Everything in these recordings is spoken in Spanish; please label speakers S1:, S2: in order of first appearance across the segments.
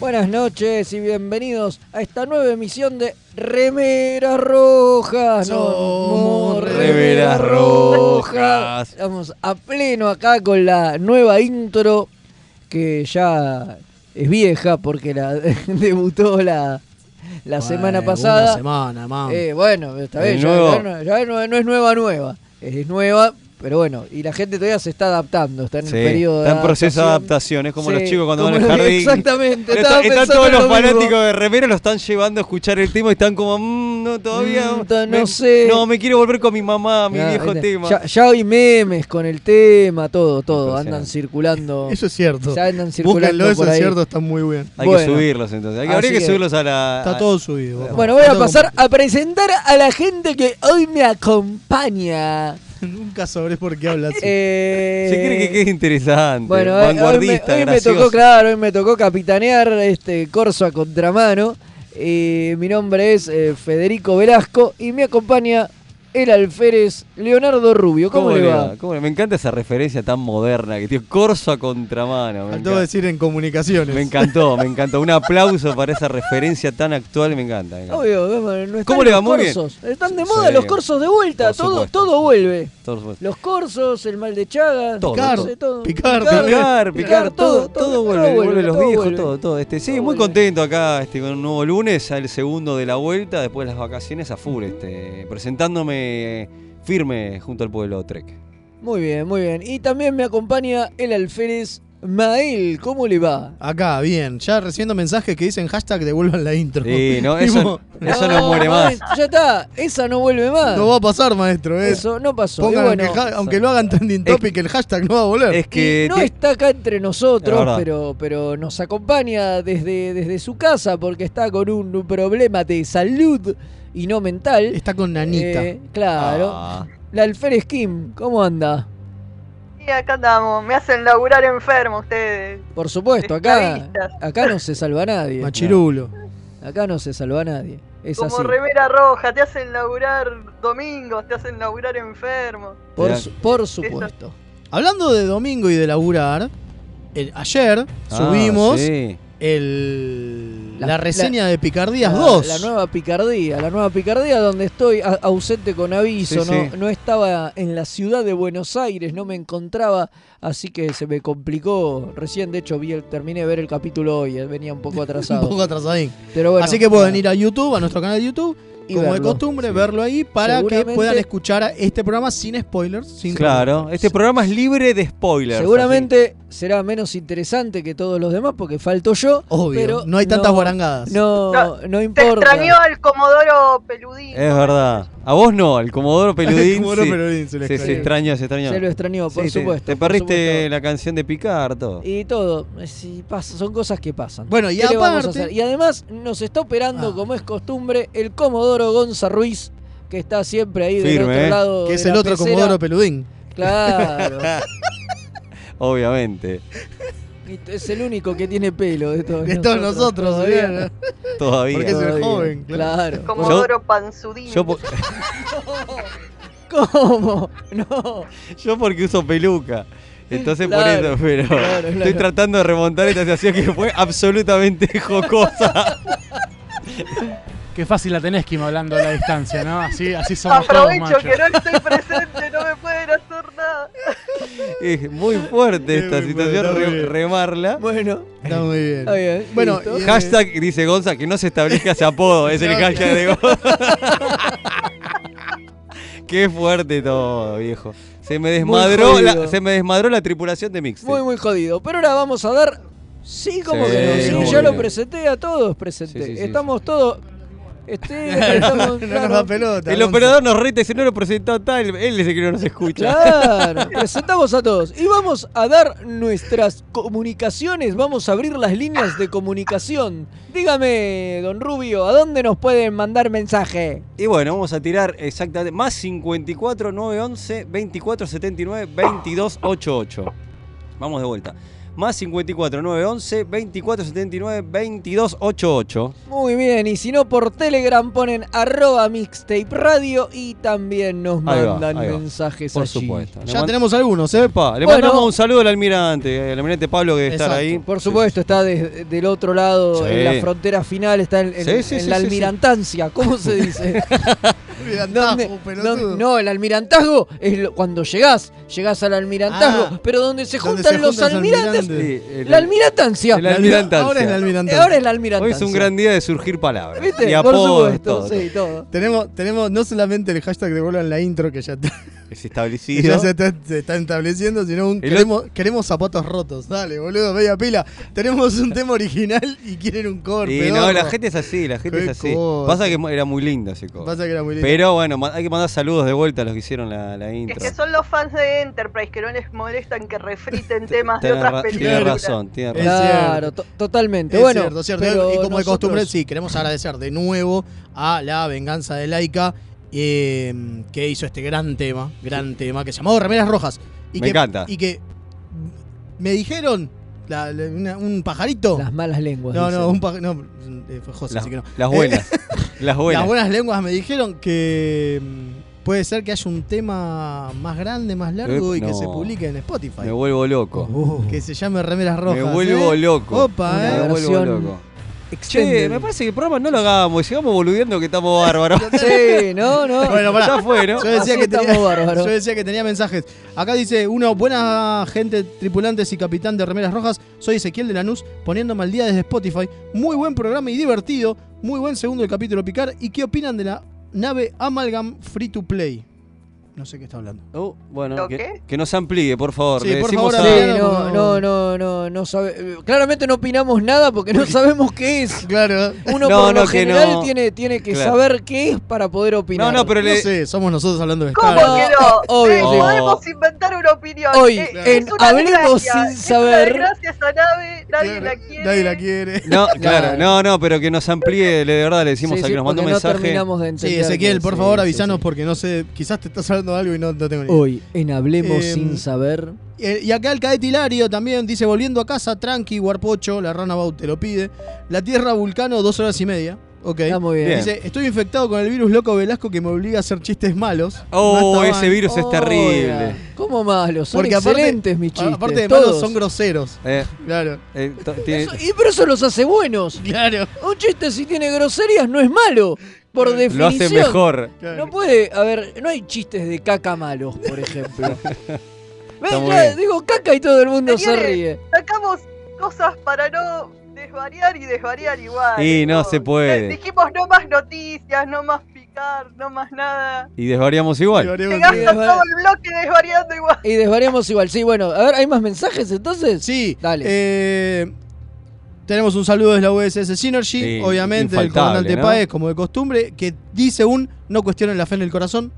S1: Buenas noches y bienvenidos a esta nueva emisión de Remeras Rojas. No,
S2: Somos
S1: no,
S2: Remeras Rojas.
S1: Estamos a pleno acá con la nueva intro que ya es vieja porque la debutó la, la semana pasada.
S2: Una semana, man.
S1: Eh, bueno, está
S3: De
S1: bien, ya,
S3: Ah. nuevo.
S1: ya no, ya no- no es nueva nueva, es nueva, pero bueno, y la gente todavía se está adaptando, está en
S3: Sí,
S1: el periodo de
S3: está en proceso de adaptación, es como los chicos cuando van al jardín.
S1: Exactamente,
S3: Pero
S1: estaba
S3: está- están
S1: pensando
S3: todos los
S1: lo mismo.
S3: fanáticos de Remero, lo están llevando a escuchar el tema y están como, "Mm, no, todavía.
S1: Mm, to- no
S3: me-
S1: sé".
S3: No, me quiero volver con mi mamá, a mi
S1: Ah,
S3: viejo
S1: viste,
S3: tema.
S1: Ya, ya hay memes con el tema, todo, todo, andan
S3: Impresionante.
S1: circulando.
S2: E-, Eso es cierto.
S1: ya andan circulando
S2: Búsquenlo, eso
S1: por
S2: es
S1: ahí.
S2: cierto, está muy bien.
S3: Hay que
S1: bueno.
S3: subirlos entonces. Hay que-
S1: Así
S3: habría que
S1: que-
S3: subirlos a la.
S2: Está
S3: a-
S2: todo subido. papá.
S1: Ah, Bueno, voy
S2: Está
S1: a
S2: todo
S1: pasar a presentar a la gente que hoy me acompaña.
S2: completo. Nunca sabrés por qué hablas así.
S1: Eh,
S3: Se cree que, que es interesante.
S1: Bueno, hoy- hoy, me,
S3: vanguardista,
S1: hoy me
S3: gracioso.
S1: tocó, claro, hoy me tocó capitanear este corso a contramano. Eh, mi nombre es eh, Federico Velasco y me acompaña el alférez Leonardo Rubio. ¿Cómo, le va?
S3: ¿Cómo le- Me encanta esa referencia tan moderna que tiene Corso a contramano. Me,
S2: Faltó
S3: encanta.
S2: decir en comunicaciones.
S3: Me encantó, me encantó. Un aplauso para esa referencia tan actual, me encanta. me encanta.
S1: Obvio, bueno, no están
S3: ¿Cómo le va?
S1: los
S3: Muy bien.
S1: corsos. Están de
S3: Sí,
S1: moda los corsos de vuelta,
S3: por
S1: todo,
S3: supuesto.
S1: todo vuelve.
S3: Todo supuesto.
S1: Los corsos, el mal de Chagas,
S3: Todo.
S1: no
S2: Picar,
S1: sé, todo.
S2: picar,
S3: Picar, picar, todo, todo, vuelve, vuelve los viejos,
S1: vuelve.
S3: todo, todo. Este, sí,
S1: Todo
S3: muy
S1: vuelve.
S3: contento acá este, con un nuevo lunes, ya el segundo de la vuelta, después de las vacaciones a full, este, presentándome firme junto al pueblo Trek.
S1: Muy bien, muy bien. Y también me acompaña el alférez Mael. ¿Cómo le va?
S2: Acá, bien. Ya recibiendo mensajes que dicen hashtag devuelvan la intro.
S3: Sí, no,
S2: Tipo,
S3: eso, eso no muere más.
S1: Ah, Ya está, esa no vuelve más.
S2: no va a pasar, maestro. eh.
S1: Eso no pasó. Y
S2: Pongan, ah,
S1: bueno,
S2: aunque, ja- aunque lo hagan trending
S3: Es-
S2: topic, el hashtag no va a volver.
S3: Es que
S1: y no
S3: te-
S1: está acá entre
S3: Es
S1: nosotros,
S3: verdad.
S1: pero, pero nos acompaña desde, desde su casa porque está con un, un problema de salud y no mental.
S2: Está con Nanita.
S1: Eh, claro.
S3: Ah,
S1: La alférez Kim, ¿cómo anda?
S4: Y acá andamos, me hacen laburar enfermo ustedes.
S1: Por supuesto, acá,
S4: Estadistas.
S1: acá no se salva nadie.
S2: Machirulo.
S1: Acá no se salva nadie. Es
S4: Como
S1: así.
S4: remera roja, te hacen laburar domingos, te hacen laburar enfermo.
S1: Por,
S3: Mirá.
S1: su- por supuesto.
S2: Hablando de domingo y de laburar, el- ayer
S3: ah,
S2: subimos
S3: sí.
S2: el,
S1: La-
S2: la, reseña de Picardías
S1: la,
S2: 2.
S1: la nueva picardía, la nueva picardía donde estoy a- ausente con aviso,
S3: Sí,
S1: no,
S3: sí.
S1: no estaba en la ciudad de Buenos Aires, no me encontraba, así que se me complicó. Recién, de hecho, vi el- terminé de ver el capítulo hoy, eh, venía un poco atrasado.
S2: Un poco atrasadín.
S1: Pero bueno,
S2: Así que pueden ir a YouTube, a nuestro canal de YouTube,
S1: y
S2: como de
S1: verlo.
S2: costumbre,
S3: Sí.
S2: verlo ahí para que
S1: Seguramente-
S2: puedan escuchar este programa sin spoilers. Sin
S3: Claro, este programa es libre de spoilers.
S1: Seguramente será menos interesante que todos los demás porque falto yo.
S2: Obvio,
S1: pero
S2: no hay tantas guarangadas.
S1: No, no,
S4: No, Te
S1: importa.
S4: extrañó el Comodoro Peludín.
S3: así.
S1: Eh,
S3: Es verdad. A vos no, al Comodoro Peludín.
S2: Como no,
S3: sí.
S2: pero bien, se les
S3: Sí, se
S2: extrañó.
S3: extrañó, se extrañó.
S1: Se lo extrañó, por
S3: Sí, te-
S1: supuesto.
S3: Te,
S1: por
S3: perdiste
S1: supuesto.
S3: la canción de Picar, todo.
S1: Y todo, si pasa, son cosas que pasan.
S2: Bueno, y
S1: ¿Qué le vamos a
S2: aparte-
S1: hacer? Y además nos está operando,
S2: Ah.
S1: como es costumbre, el Comodoro Gonza Ruiz, que está siempre ahí del
S3: Firme,
S1: otro
S3: ¿eh?
S1: lado.
S2: Que
S1: de
S2: es el
S1: la
S2: otro
S1: pecera.
S2: Comodoro Peludín.
S1: Claro.
S3: Obviamente.
S1: Y t- es el único que tiene pelo de todos,
S2: De todos nosotros,
S1: todavía.
S2: ¿verdad?
S3: Todavía.
S2: Porque es el
S1: Todavía,
S2: joven,
S1: Claro.
S4: Comodoro Panzudín.
S3: Yo, po-
S1: ¿Cómo? No.
S3: yo porque uso peluca. Entonces
S1: Claro,
S3: por eso, pero
S1: claro,
S3: estoy
S1: claro.
S3: tratando de remontar esta situación que fue absolutamente jocosa.
S5: Qué fácil la tenés, Kim, hablando a la distancia, ¿no? Así, así somos todos,
S4: Aprovecho
S5: macho.
S4: que no estoy presente, no me pueden hacer nada.
S3: Es muy fuerte esta
S2: Muy bien,
S3: situación,
S2: está
S3: re-
S2: bien.
S3: remarla.
S1: Bueno,
S2: Está muy bien.
S1: está bien.
S2: Bueno,
S1: listo.
S2: y-
S3: Hashtag, dice Gonza, que no se establezca ese apodo, es el
S2: No.
S3: hashtag de Gonza. Qué fuerte todo, viejo. Se me desmadró, la,
S1: jodido.
S3: se me desmadró la tripulación de Mixte.
S1: muy, muy jodido. Pero ahora vamos a dar. Sí, como
S3: Sí,
S1: que no. Sí,
S2: como
S1: ya
S2: que
S1: lo
S3: no.
S1: presenté a todos, presenté.
S3: Sí, sí, sí,
S1: estamos todos. Este,
S2: no,
S1: estamos,
S2: no
S1: claro.
S2: nos da pelota.
S3: El
S2: Gonza.
S3: operador nos reta y dice, no lo presentó tal, él es el que no nos escucha.
S1: Claro, presentamos a todos y vamos a dar nuestras comunicaciones, vamos a abrir las líneas de comunicación. Dígame, don Rubio, ¿a dónde nos pueden mandar mensaje?
S3: Y bueno, vamos a tirar exactamente más 54 911 24 79 22 88. Vamos de vuelta. más 54 911 2479 2288.
S1: Muy bien, y si no por Telegram ponen arroba mixtape radio y también nos
S3: Ahí va,
S1: mandan
S3: ahí va.
S1: mensajes
S3: Por
S1: allí.
S3: supuesto. Le
S2: Ya
S3: mand-
S2: tenemos algunos, ¿eh?
S3: Epa, le
S1: Bueno.
S3: mandamos un saludo al almirante, al almirante Pablo que debe estar
S2: Exacto.
S3: ahí.
S1: Por supuesto, está de- del otro lado,
S3: Sí.
S1: en la frontera final, está en, en-
S3: Sí, sí, sí,
S1: en la
S3: sí, sí.
S1: almirantancia. ¿Cómo se dice? ¿Dónde-
S2: Almirantazgo, pelotudo.
S1: dónde- no, el almirantazgo es lo- cuando llegás, llegás al almirantazgo,
S2: Ah,
S1: pero donde se
S2: donde
S1: juntan,
S2: se
S1: los
S2: juntan los
S1: almirantes,
S2: almirantes.
S3: Sí, el-
S1: la almirantancia.
S3: El almirantancia.
S2: Ahora es la almirantazgo.
S1: Ahora es la almirantancia.
S3: Hoy es un gran día de surgir palabras.
S1: ¿Viste?
S3: Y
S1: Por
S3: apodos,
S1: supuesto,
S3: todo.
S1: sí, todo.
S2: Tenemos, tenemos no solamente el hashtag de vuelo en la intro que ya, está-
S3: Es
S2: que
S3: establecido.
S2: ya se, está, se está estableciendo, sino un
S3: El
S2: queremos, queremos zapatos rotos. Dale, boludo, media pila. Tenemos un tema original y quieren un cover.
S3: Y no,
S2: pedorro.
S3: la gente es así, la gente
S2: Qué
S3: es así.
S2: cosa.
S3: Pasa que era muy lindo ese cover.
S2: Pasa que era muy lindo.
S3: Pero bueno, ma- hay que mandar saludos de vuelta a los que hicieron la, la
S4: Es
S3: intro.
S4: que son los fans de Enterprise que no les molestan que refriten temas de
S3: Tiene
S4: otras
S3: ra- tiene
S4: películas.
S3: razón, tiene razón.
S2: Es
S1: Claro, to- totalmente.
S2: Es
S1: bueno,
S2: cierto, es cierto.
S1: pero
S2: y como de
S1: nosotros-
S2: costumbre, sí, queremos agradecer de nuevo a la venganza de Laika eh, que hizo este gran tema, gran tema, que se llamó Remeras Rojas. Y
S3: Me
S2: que,
S3: encanta.
S2: Y que me dijeron la- la- una- un pajarito.
S1: Las malas lenguas.
S2: no,
S1: dicen.
S2: no, un pajarito. No, eh, fue José,
S3: Las,
S2: así que no. Eh,
S3: las buenas. las buenas.
S2: Las buenas lenguas me dijeron que mm, puede ser que haya un tema más grande, más largo y que
S3: Eh, no.
S2: se publique en Spotify.
S3: Me vuelvo loco.
S1: Oh,
S2: Que se llame Remeras Rojas.
S3: Me vuelvo
S2: ¿eh?
S3: loco.
S2: Opa,
S1: Una
S2: eh.
S3: Me vuelvo
S1: versión
S3: loco. Che,
S1: extended.
S3: me parece que el programa no lo hagamos. Sigamos boludeando que estamos bárbaros.
S1: Sí, no, no.
S2: Bueno, pará.
S3: ya fue, ¿no?
S2: Yo decía,
S1: Así
S2: que
S1: estamos
S2: tenía,
S1: bárbaros.
S2: yo decía que tenía mensajes. Acá dice uno, buena gente, tripulantes y capitán de remeras rojas. Soy Ezequiel de Lanús, poniéndome al día desde Spotify. Muy buen programa y divertido. Muy buen segundo del capítulo Picar. ¿Y qué opinan de la nave Amalgam Free to Play? No sé qué está hablando.
S3: Uh, bueno,
S4: ¿Lo
S3: que,
S4: qué?
S3: que nos amplíe, por favor.
S2: Sí,
S3: Le
S2: por
S3: decimos
S2: favor,
S3: a-
S1: Sí,
S2: Adriano,
S1: no, no,
S2: no.
S1: no, no, no sabe- Claramente no opinamos nada porque no sabemos qué es.
S2: Claro.
S1: Uno
S3: No,
S1: por lo
S3: no, que
S1: general
S3: no.
S1: tiene, tiene que
S3: Claro.
S1: saber qué es para poder opinar.
S3: No, no, pero
S2: No
S3: le.
S2: sé, somos nosotros hablando de
S4: ¿Cómo
S1: Claro.
S2: Star.
S4: que no?
S1: Obvio.
S4: Eh,
S3: Oh.
S4: Podemos inventar una opinión.
S1: Hoy,
S4: Eh,
S1: en
S4: es una
S1: Hablemos
S4: desgracia,
S1: Sin
S4: es una
S1: Saber.
S4: desgracia esa nave, nadie
S2: Claro,
S4: la quiere.
S2: Eh, Nadie la quiere.
S3: No, claro, no, no, pero que nos amplíe, le- de verdad le decimos
S1: Sí,
S3: a
S1: sí,
S3: que nos mandó un
S1: porque No
S3: mensaje.
S1: terminamos de
S2: Sí,
S1: entender
S2: Ezequiel,
S1: qué
S2: por
S1: es.
S2: favor
S1: Sí,
S2: avisanos
S1: sí,
S2: porque no sé, quizás te estás hablando de algo y no, no tengo
S1: sí.
S2: ni idea.
S1: Hoy, en Hablemos
S2: Em,
S1: Sin Saber.
S2: Eh, Y acá el cadete Hilario también dice: Volviendo a casa, tranqui, Guarpocho, la rana Bau te lo pide. La tierra vulcano, dos horas y media. Ok.
S1: Está muy bien.
S3: Bien.
S2: Dice: Estoy infectado con el virus loco Velasco que me obliga a hacer chistes malos.
S3: Oh,
S2: No estaban-
S3: ese virus es
S1: Oh,
S3: terrible.
S1: ya. ¿Cómo malos? Son
S2: Porque aparte-
S1: excelentes mis
S2: A-
S1: chistes.
S2: Aparte de malos,
S1: todos.
S2: son groseros.
S3: Eh,
S2: Claro.
S3: eh, to- tiene-
S1: Eso- y pero eso los hace buenos.
S2: Claro.
S1: Un chiste si tiene groserías no es malo, por definición.
S3: lo hace mejor.
S1: No puede, a ver, no hay chistes de caca malos, por ejemplo. ¿Ves?
S3: Está muy
S1: Ya
S3: bien.
S1: digo caca y todo el mundo se
S4: Señores.
S1: ríe.
S4: Sacamos cosas para no desvariar y desvariar igual.
S3: Y
S4: Es
S3: no
S4: como-
S3: se puede.
S4: Dijimos no más noticias, no más picar, no más nada.
S3: Y desvariamos igual.
S4: Se
S1: que-
S4: gasta todo el bloque desvariando igual.
S1: Y desvariamos igual. Sí, bueno, a ver, ¿hay más mensajes entonces?
S2: Sí.
S1: Dale.
S2: eh, tenemos un saludo desde la USS Synergy,
S3: Sí,
S2: obviamente, del
S3: infaltable,
S2: comandante
S3: ¿no?
S2: Paez, como de costumbre, que dice un: No cuestionen la fe en el corazón.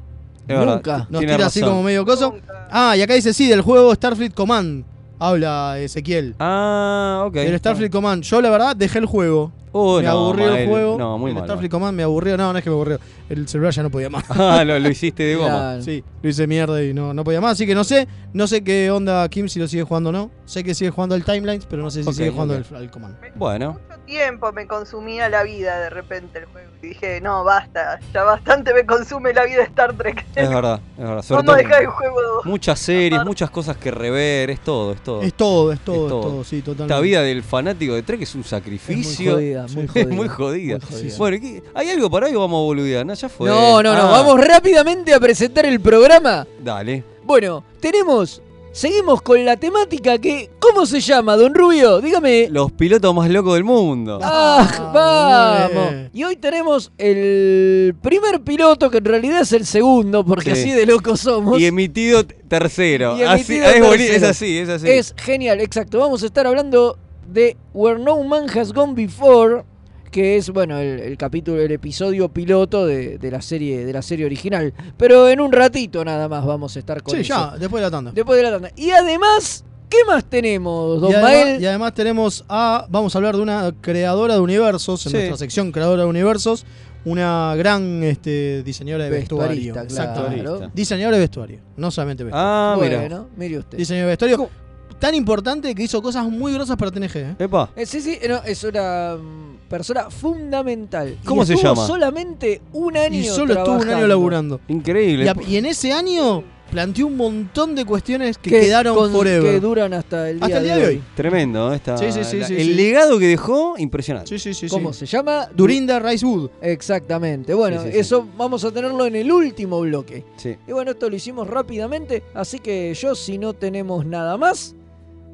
S3: Es verdad,
S1: Nunca.
S2: Nos
S3: tiene
S2: tira así
S3: razón.
S2: como medio coso.
S4: Nunca.
S2: Ah, y acá dice sí, del juego Starfleet Command. Habla Ezequiel.
S3: Ah, ok.
S2: Del Starfleet Command. Yo la verdad dejé el juego.
S3: Uh,
S2: me
S3: no,
S2: aburrió
S3: mal.
S2: el juego.
S3: No, muy
S2: el
S3: mal.
S2: Starfleet Command me aburrió. No, no es que me aburrió. El celular ya no podía más.
S3: Ah, lo, lo hiciste de goma.
S1: Claro.
S2: Sí, lo hice mierda y no, no podía más. Así que no sé. No sé qué onda Kim si lo sigue jugando o no. Sé que sigue jugando al Timelines, pero no sé si
S3: Ok,
S2: sigue jugando
S3: ok.
S2: al, al Command.
S3: Bueno,
S4: Mucho tiempo me consumía la vida de repente el juego. Y dije, no, basta, ya bastante me consume la vida Star Trek.
S3: es verdad, es verdad. Sobre
S4: Vamos a dejar el
S3: todo,
S4: juego.
S3: muchas series,
S4: Aparte.
S3: muchas cosas que rever, es todo, es todo.
S2: Es todo, es todo, es
S3: Es
S2: todo.
S3: todo.
S2: Sí, totalmente.
S3: Esta vida del fanático de Trek es un
S1: Es muy
S3: sacrificio.
S1: jodida, muy
S3: Es
S1: jodida.
S3: muy jodida.
S1: Muy jodida.
S3: Bueno, ¿qué- ¿hay algo para hoy o vamos a boludear? No, ya fue.
S1: No, no, no.
S3: Ah,
S1: Vamos rápidamente a presentar el programa.
S3: Dale.
S1: Bueno, tenemos. Seguimos con la temática que. ¿Cómo se llama, don Rubio? Dígame.
S3: Los pilotos más locos del mundo.
S1: ¡Ah,
S2: Ah, muy
S1: vamos!
S2: bien.
S1: Y hoy tenemos el primer piloto, que en realidad es el segundo, porque
S3: Sí.
S1: así de locos somos.
S3: Y emitido t- tercero.
S1: Y
S3: Así-
S1: emitido
S3: ah, es, boni-
S1: tercero.
S3: es así, es así.
S1: Es genial, exacto. Vamos a estar hablando de Where No Man Has Gone Before, que es, bueno, el, el capítulo, el episodio piloto de, de la serie, de la serie original. Pero en un ratito nada más vamos a estar con
S2: Sí,
S1: eso.
S2: ya, después de la tanda.
S1: Después de la tanda. Y además, ¿qué más tenemos, don
S2: y, además, y
S1: Mael?
S2: además tenemos a. Vamos a hablar de una creadora de universos, en
S3: Sí.
S2: nuestra sección creadora de universos. Una gran este, diseñadora de vestuario.
S1: Vestuarista,
S2: Exactamente.
S1: claro.
S3: Vestuarista.
S2: Diseñadora de vestuario, no solamente vestuario.
S3: Ah, mira.
S1: Bueno, mire usted.
S2: Diseñadora de vestuario. tan importante que hizo cosas muy grosas para TNG. ¿eh?
S3: Epa.
S1: Eh, sí, sí, eh, no, es una mm, persona fundamental. Y
S3: ¿Cómo se
S1: estuvo
S3: llama?
S1: Solamente un año.
S2: Y solo estuvo un año
S1: trabajando.
S2: laburando.
S3: Increíble.
S2: Y, a- y en ese año planteó un montón de cuestiones que,
S1: Que
S2: quedaron
S1: con-
S2: forever.
S1: Que duran hasta el día,
S2: Hasta el día de hoy.
S3: Tremendo, ¿eh? Esta-
S2: Sí, sí, sí,
S3: la-
S2: sí,
S3: El
S2: sí.
S3: legado que dejó, impresionante.
S2: Sí, sí, sí. sí.
S1: ¿Cómo se llama?
S2: Durinda Ricewood.
S1: Exactamente. Bueno,
S3: Sí, sí, sí.
S1: eso vamos a tenerlo en el último bloque.
S3: Sí.
S1: Y bueno, esto lo hicimos rápidamente, así que yo si no tenemos nada más...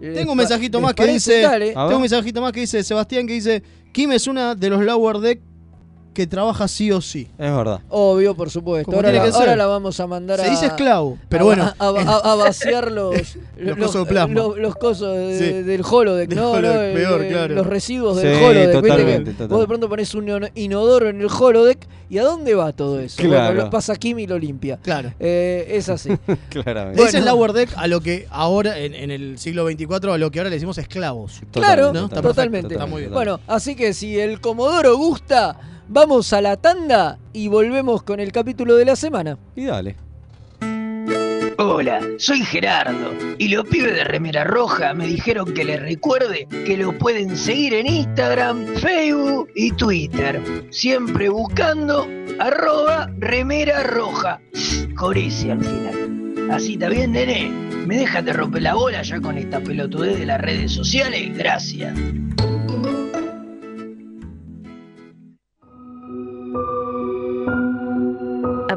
S1: les
S2: Tengo un
S1: pa-
S2: mensajito
S1: les
S2: más que
S1: parece,
S2: dice-
S1: dale.
S3: A ver.
S2: Tengo un mensajito más que dice Sebastián que dice, Kim es una de los Lower Deck que trabaja sí o sí.
S3: Es verdad.
S1: Obvio, por supuesto.
S2: Como
S1: Ahora
S2: tiene
S1: la,
S2: que ser.
S1: ahora la vamos a mandar
S2: Se
S1: a...
S2: dice esclavo, pero
S1: a-
S2: bueno.
S1: A, a- a vaciar los...
S2: Los cosos de plasma.
S1: Los, los cosos de-
S2: Sí.
S1: del holodeck,
S2: Del
S1: ¿no?
S2: holodeck,
S1: No, el-
S2: peor,
S1: el-
S2: claro.
S1: Los residuos del
S3: Sí,
S1: holodeck. ¿viste?
S3: totalmente,
S1: Que Vos de
S3: totalmente.
S1: pronto ponés un ino- inodoro en el holodeck, ¿y a dónde va todo eso? Bueno,
S3: Claro.
S1: lo- pasa Kim y lo limpia.
S2: Claro.
S1: Eh, es así.
S3: Claramente.
S1: Bueno.
S2: Ese es Lower Deck a lo que ahora, en, en el siglo 24, a lo que ahora le decimos esclavos.
S1: Claro,
S2: ¿no? Está
S1: totalmente.
S2: Está muy bien.
S1: Bueno, así que si el Comodoro gusta, vamos a la tanda y volvemos con el capítulo de la semana.
S3: Y dale.
S6: Hola, soy Gerardo y los pibes de Remera Roja me dijeron que les recuerde que lo pueden seguir en Instagram, Facebook y Twitter, siempre buscando arroba Remera Roja, con ese al final. Así está bien, nene, me dejas de romper la bola ya con esta pelotudez de las redes sociales, gracias.
S7: A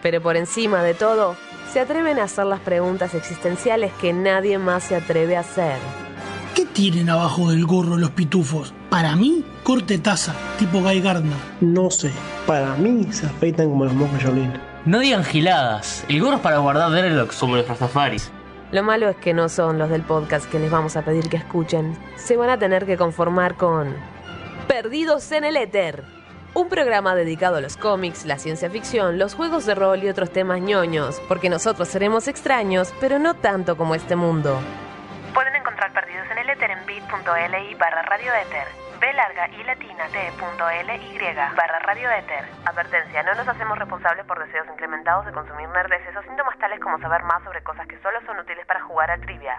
S7: Pero por encima de todo, se atreven a hacer las preguntas existenciales que nadie más se atreve a hacer.
S8: ¿Qué tienen abajo del gorro los pitufos? Para mí, corte taza, tipo Guy Gardner.
S9: No sé, para mí se afeitan como los mocos Jolín.
S10: No digan giladas. El gorro es para guardar Derelox como los Rastafaris.
S7: Lo malo es que no son los del podcast que les vamos a pedir que escuchen. Se van a tener que conformar con Perdidos en el Éter. Un programa dedicado a los cómics, la ciencia ficción, los juegos de rol y otros temas ñoños, porque nosotros seremos extraños, pero no tanto como este mundo. Pueden encontrar Perdidos en el Éter en bit.li barra radio éter. B larga y latina t.ly barra radio éter. Advertencia, no nos hacemos responsables por deseos incrementados de consumir nerdeces o síntomas tales como saber más sobre cosas que solo son útiles para jugar a trivia.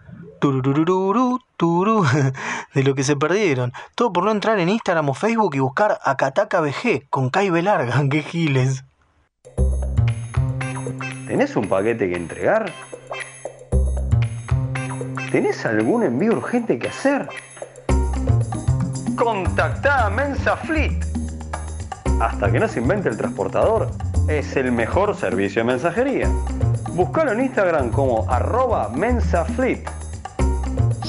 S11: tururururú, turú. De lo que se perdieron. Todo por no entrar en Instagram o Facebook y buscar a Kataka BG con Kai B larga. ¡Qué giles!
S10: ¿Tenés un paquete que entregar? ¿Tenés algún envío urgente que hacer? Contactá a Mensa Fleet. Hasta que no se invente el transportador, es el mejor servicio de mensajería. Buscalo en Instagram como arroba mensafleet.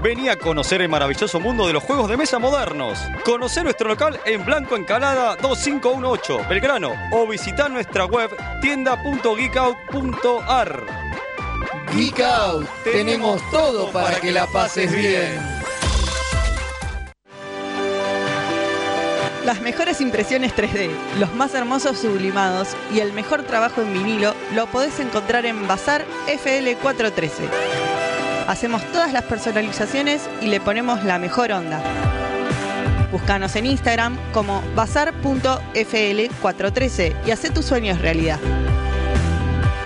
S10: Vení a conocer el maravilloso mundo de los juegos de mesa modernos. Conocer nuestro local en Blanco Encalada 2518, Belgrano, o visitar nuestra web tienda.geekout.ar.
S12: Geek Out, tenemos todo para que la pases bien.
S13: Las mejores impresiones 3D, los más hermosos sublimados y el mejor trabajo en vinilo lo podés encontrar en Bazar FL413. Hacemos todas las personalizaciones y le ponemos la mejor onda. Búscanos en Instagram como bazar.fl413 y haz tus sueños realidad.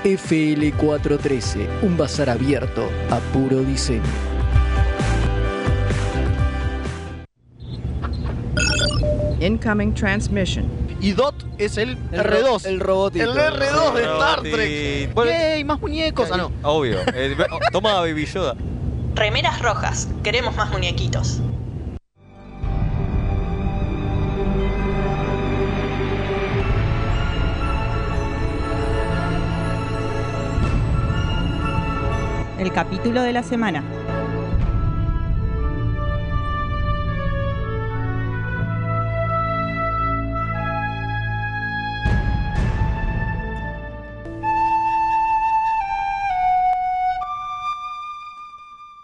S12: FL413, un bazar abierto a puro diseño.
S14: Incoming transmission.
S2: Y Dot es el,
S14: El ro-
S2: R2.
S14: el robotito.
S2: El R2 de Star
S3: Robotito.
S2: Trek.
S3: Bueno,
S2: ¡Yay! Más muñecos. Ah, no.
S3: Obvio. Eh, ve- oh, toma Baby Yoda.
S15: Remeras rojas, queremos más muñequitos.
S13: El capítulo de la semana.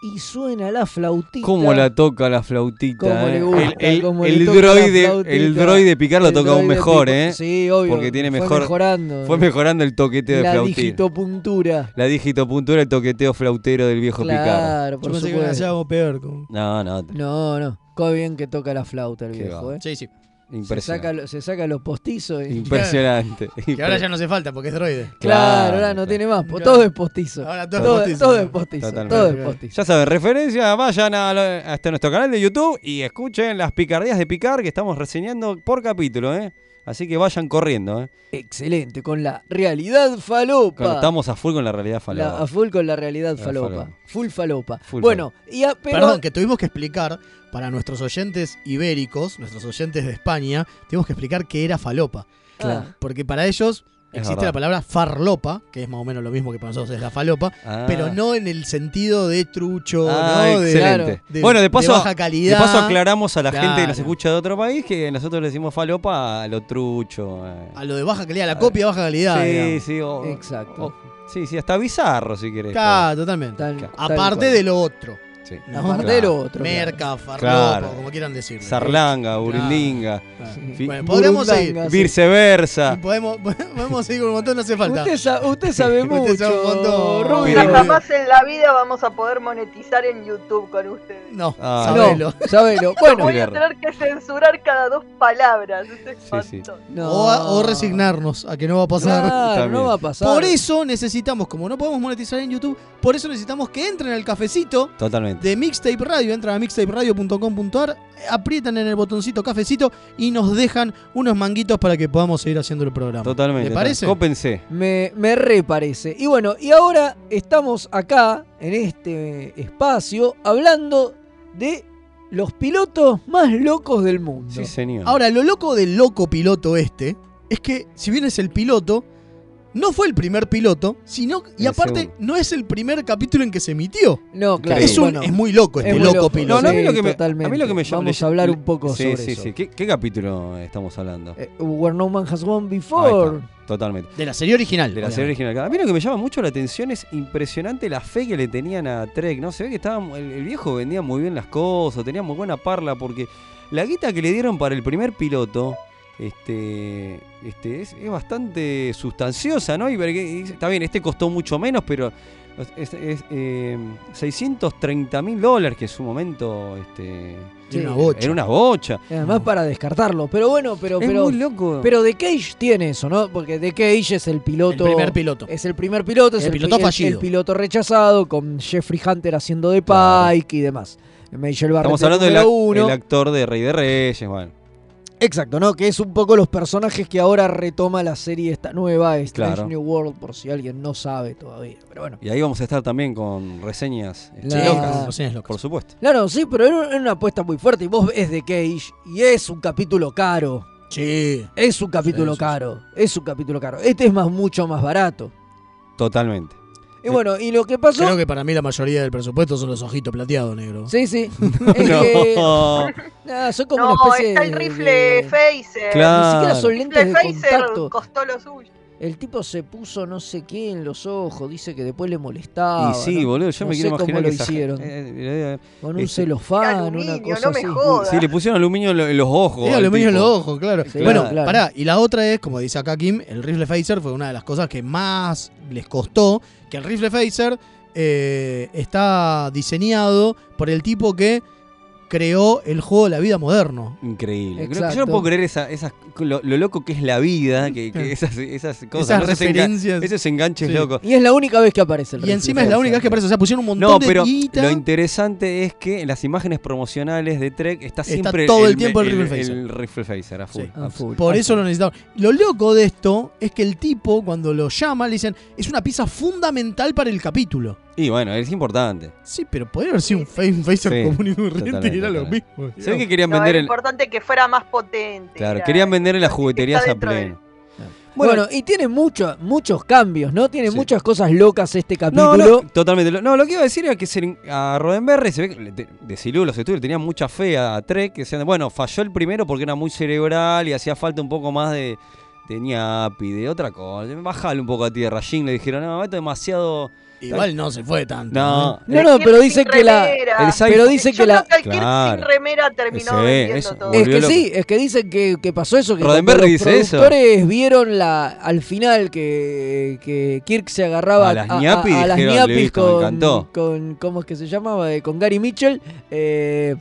S1: Y suena la flautita.
S3: ¿Cómo la toca la flautita?
S1: Cómo le
S3: eh?
S1: gusta,
S3: el el-
S1: cómo le
S3: el
S1: toca la
S3: droide,
S1: flautita.
S3: el droide Picar lo
S1: El
S3: toca aún
S1: droide
S3: mejor,
S1: Picard,
S3: ¿eh?
S1: sí, obvio,
S3: Porque tiene
S1: fue
S3: mejor.
S1: mejorando.
S3: Fue mejorando el toqueteo de
S1: La
S3: flautita.
S1: digitopuntura.
S3: La digitopuntura, el toqueteo flautero del viejo Picar.
S1: Claro, por
S9: Yo pensé que
S1: supuesto.
S9: hacía algo peor. Con...
S3: No, no.
S1: No, no. Qué bien que toca la flauta el
S3: Qué
S1: viejo,
S3: va.
S1: ¿eh?
S2: Sí, sí.
S1: Se saca,
S3: Impresionante.
S1: lo- se saca los postizos. y-
S3: Impresionante.
S2: Que ahora ya no hace falta porque es droide.
S1: Claro, ahora no tiene más. po- Todo es postizo.
S2: Ahora Ah, todo
S1: todo,
S2: es postizo.
S1: todo es postizo.
S3: Totalmente.
S1: Todo es postizo.
S3: Ya saben, referencia, vayan a, la- hasta nuestro canal de YouTube y escuchen las picardías de Picar que estamos reseñando por capítulo, ¿eh? Así que vayan corriendo, ¿eh?
S1: Excelente, con la realidad falopa.
S3: Cuando Estamos a full con la realidad
S1: La-
S3: falada.
S1: a full con la realidad
S3: La
S1: falopa.
S3: falopa.
S1: Full falopa.
S3: Full
S1: bueno, y a- pero
S2: Perdón, que tuvimos que explicar para nuestros oyentes ibéricos, nuestros oyentes de España, tuvimos que explicar qué era falopa.
S1: Claro.
S2: Porque para ellos
S3: Es
S2: existe
S3: verdad.
S2: la palabra farlopa, que es más o menos lo mismo que para nosotros es la falopa,
S3: Ah.
S2: pero no en el sentido de trucho,
S3: Ah,
S2: ¿no? De-
S3: excelente.
S2: de-
S3: bueno, de paso,
S2: baja calidad.
S3: de paso aclaramos a la gente que nos
S2: Claro.
S3: escucha de otro país que nosotros le decimos falopa a lo trucho. eh.
S2: A lo de baja calidad, la copia de baja calidad.
S3: Sí,
S2: digamos.
S3: sí, o-
S1: Exacto.
S3: o- sí, sí, hasta bizarro si querés.
S2: Claro, totalmente.
S1: Tal- tal
S2: Aparte
S1: cual.
S2: de lo otro.
S3: Sí.
S2: ¿no?
S1: Aparte de lo otro.
S2: Merca, farlopa,
S3: Claro.
S2: como quieran decirlo.
S3: Sarlanga, burundinga. fi-
S2: Bueno, podríamos seguir.
S3: Viceversa.
S2: Podemos, podemos seguir con un montón, no hace falta.
S1: usted, sa- usted sabe mucho.
S2: Usted sabe un montón.
S1: Rubio.
S3: Pero-
S4: Jamás en la vida vamos a poder monetizar en YouTube con ustedes.
S2: No,
S3: Ah,
S2: sabelo.
S1: No, sabelo. Bueno,
S4: Voy a tener que censurar cada dos palabras. Eso es espantoso.
S1: no.
S2: O, a- o resignarnos a que no va a pasar.
S1: Claro, no va a pasar.
S2: Por eso necesitamos, como no podemos monetizar en YouTube, por eso necesitamos que entren al cafecito
S3: Totalmente.
S2: de Mixtape Radio. Entran a mixtaperadio.com.ar, aprietan en el botoncito cafecito y nos dejan unos manguitos para que podamos seguir haciendo el programa.
S3: Totalmente.
S2: ¿Le parece?
S3: Cópense.
S1: Me, me reparece. Y bueno, y ahora estamos acá, en este espacio, hablando de los pilotos más locos del mundo.
S3: Sí, señor.
S2: Ahora, lo loco del loco piloto este es que, si bien es el piloto, no fue el primer piloto, sino y
S3: El
S2: aparte
S3: segundo.
S2: no es el primer capítulo en que se emitió.
S1: No, claro.
S2: Es, un-
S1: bueno,
S2: es muy loco este
S1: es muy
S2: loco,
S1: loco.
S2: piloto.
S3: No, no, a, mí
S1: Sí,
S3: lo que me,
S1: totalmente.
S3: a mí lo que me llamó-
S1: Vamos
S3: le-
S1: a hablar un poco
S3: sí,
S1: sobre
S3: sí,
S1: eso.
S3: Sí, ¿Qué, qué capítulo estamos hablando?
S1: Eh, Where No Man Has Gone
S3: Ahí
S1: Before.
S3: está, Totalmente.
S2: De la serie original.
S3: De la
S2: obviamente.
S3: serie original. A mí lo que me llama mucho la atención es impresionante la fe que le tenían a Trek, ¿no? Se ve que estaba, el, el viejo vendía muy bien las cosas, tenía muy buena parla, porque la guita que le dieron para el primer piloto este, este es, es bastante sustanciosa, ¿no? Y, ver que- y está bien, este costó mucho menos, pero es, es, eh, 630 mil dólares, que en su momento... Este,
S1: Sí. Era una
S2: bocha.
S3: Era una bocha.
S1: Y Además para descartarlo. Pero bueno, pero...
S3: es
S1: pero
S3: muy loco.
S1: Pero The Cage tiene eso, ¿no? Porque The Cage es el piloto.
S2: El primer piloto.
S1: Es el primer piloto, es
S2: El
S1: el,
S2: piloto
S1: pi-
S2: fallido.
S1: El, piloto rechazado, con Jeffrey Hunter haciendo de Pike y demás. Michelle Barrett
S3: Estamos
S1: de
S3: hablando del
S1: número
S3: ac-
S1: uno.
S3: el actor de Rey de Reyes, bueno.
S1: Exacto, ¿no? Que es un poco los personajes que ahora retoma la serie esta nueva, Strange
S3: Claro.
S1: New World, por si alguien no sabe todavía. Pero bueno.
S3: Y ahí vamos a estar también con reseñas este,
S1: La-
S3: locas,
S2: Reseñas locas.
S3: por supuesto.
S1: Claro, sí, pero era un- era una apuesta muy fuerte. Y vos ves The Cage y es un capítulo caro.
S2: Sí.
S1: Es un capítulo
S2: Sí, sí, sí.
S1: caro. Es un capítulo caro. Este es más mucho más barato.
S3: Totalmente.
S2: Eh,
S1: Y bueno, y lo que pasó.
S2: Creo que para mí la mayoría del presupuesto son los ojitos plateados, negro.
S1: Sí, sí. Es que-
S2: No.
S1: Nada, son como
S4: no,
S1: una especie
S4: está el
S1: de-
S4: rifle Phaser.
S1: Claro. Ni siquiera son lentes
S4: El
S1: de
S4: rifle Phaser
S1: contacto.
S4: costó lo suyo.
S1: El tipo se puso no sé qué en los ojos, dice que después le molestaba.
S3: y sí,
S2: Ah,
S1: ¿no?
S3: boludo, yo
S1: No
S3: me quiero
S1: sé
S3: imaginar
S1: cómo lo
S3: que esa
S1: hicieron.
S3: gente- eh, eh, eh,
S1: Con un
S3: este-
S1: celofán, una cosa así.
S3: Sí, le pusieron aluminio en lo- en los ojos.
S2: Era
S3: al
S2: lo mismo en
S3: tipo.
S2: los ojos, claro.
S3: Sí,
S2: bueno,
S3: claro.
S2: pará, y la otra es, como dice acá Kim, el rifle phaser fue una de las cosas que más les costó, que el rifle phaser eh, está diseñado por el tipo que creó el juego de la vida moderno.
S3: Increíble. Creo que Yo no
S2: Exacto.
S3: puedo creer esa, esas- lo, lo loco que es la vida, que, que esas, esas cosas,
S2: Esas
S3: ¿no? Esos engan-
S2: referencias.
S3: esos enganches
S2: Sí.
S3: locos.
S1: Y es la única vez que aparece el
S2: Y
S1: rifle
S2: encima es la
S1: Phaser.
S2: única vez que aparece, o sea, pusieron un montón
S3: No, pero
S2: de guita.
S3: lo interesante es que en las imágenes promocionales de Trek está siempre
S2: todo el tiempo el rifle
S3: El,
S2: phaser.
S3: rifle phaser a full.
S2: Sí.
S3: a full.
S2: Por eso lo necesitaba. Lo loco de esto es que el tipo, cuando lo llama, le dicen, es una pieza fundamental para el capítulo.
S3: Y bueno, es importante.
S2: Sí, pero podría haber sido un, fa- un phaser
S3: Sí,
S2: común y corriente
S3: totalmente,
S2: y era lo
S3: totalmente.
S2: mismo.
S3: Se ve que querían
S4: No, eh,
S3: vender
S4: era
S3: el,
S4: importante que fuera más potente.
S3: claro,
S4: era-
S3: querían vender en las jugueterías a
S4: dentro de-
S3: pleno.
S1: Bueno, y tiene mucho, muchos cambios, ¿no? Tiene muchas cosas locas este
S3: No,
S1: capítulo.
S3: no, totalmente. Lo- No, lo que iba a decir era que se le- a Roddenberry se ve que le- de, Silú los estudios le tenían mucha fe a Trek. Que decían, bueno, falló el primero porque era muy cerebral y hacía falta un poco más de, de ñapi, de otra cosa. Bajale un poco a tierra. Jim le dijeron, no, esto es demasiado.
S2: Igual no se fue tanto. ¿eh?
S3: No,
S1: No, no, pero dice que la.
S4: remera.
S3: El sci-
S1: Pero dice
S4: Eh, Yo
S1: que la. Eh,
S4: creo que el Kirk sin remera terminó
S3: Ese,
S4: vendiendo
S3: ese,
S4: todo.
S1: Es
S3: volvió
S1: que
S3: loco.
S1: sí, es que dicen que, que pasó eso, que
S3: Roddenberry
S1: cuando los
S3: dice eso.
S1: productores vieron la, al final que, que Kirk se agarraba
S3: A las ñapis,
S1: las
S3: dijeron,
S1: ñapis
S3: listo, me
S1: con,
S3: encantó.
S1: con, ¿cómo es que se llamaba? Eh, Con Gary Mitchell, eh,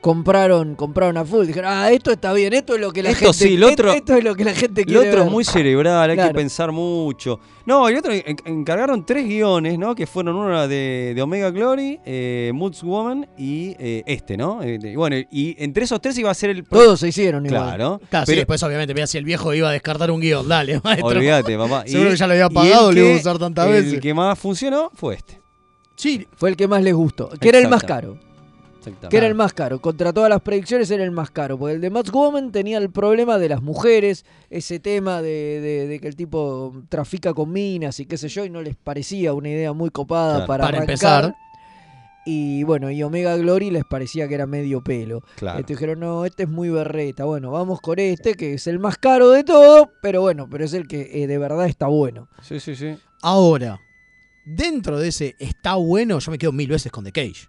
S1: compraron, compraron a full, dijeron, ah, esto está bien, esto es lo que la
S3: Esto
S1: gente
S3: sí, lo otro-
S1: esto, esto es lo que la gente
S3: El
S1: quiere
S3: otro es
S1: ver.
S3: muy cerebral, hay
S1: Claro.
S3: que pensar mucho. No, el otro en- encargaron tres guiones, ¿no? Que fueron uno de, de Omega Glory, eh, Moods Woman y eh, este, ¿no? Eh, de- bueno, y entre esos tres iba a ser el.
S1: Todos se hicieron igual.
S3: Claro.
S2: Claro, sí,
S3: Pero-
S2: después obviamente, mira, si el viejo iba a descartar un guión, dale, maestro.
S3: Olvídate, papá.
S2: Seguro
S3: Y-
S2: que ya lo había
S3: y
S2: pagado,
S3: el
S2: lo iba a
S3: que-
S2: usar tantas
S3: el
S2: veces.
S3: que más funcionó fue este.
S2: Sí.
S1: Fue el que más les gustó, que era el más
S3: Exactamente.
S1: caro.
S3: Exactamente.
S1: Que era el más caro. Contra todas las predicciones era el más caro. Porque el de Matt Woman tenía el problema de las mujeres, ese tema de, de- de que el tipo trafica con minas y qué sé yo, y no les parecía una idea muy copada
S2: Claro.
S1: para,
S2: Para
S1: arrancar.
S2: empezar.
S1: Y bueno, y Omega Glory les parecía que era medio pelo.
S3: Claro.
S1: Entonces dijeron, no, este es muy berreta. Bueno, vamos con este, que es el más caro de todo, pero bueno, pero es el que eh, de verdad está bueno.
S3: Sí, sí, sí.
S2: Ahora, dentro de ese está bueno, yo me quedo mil veces con The Cage.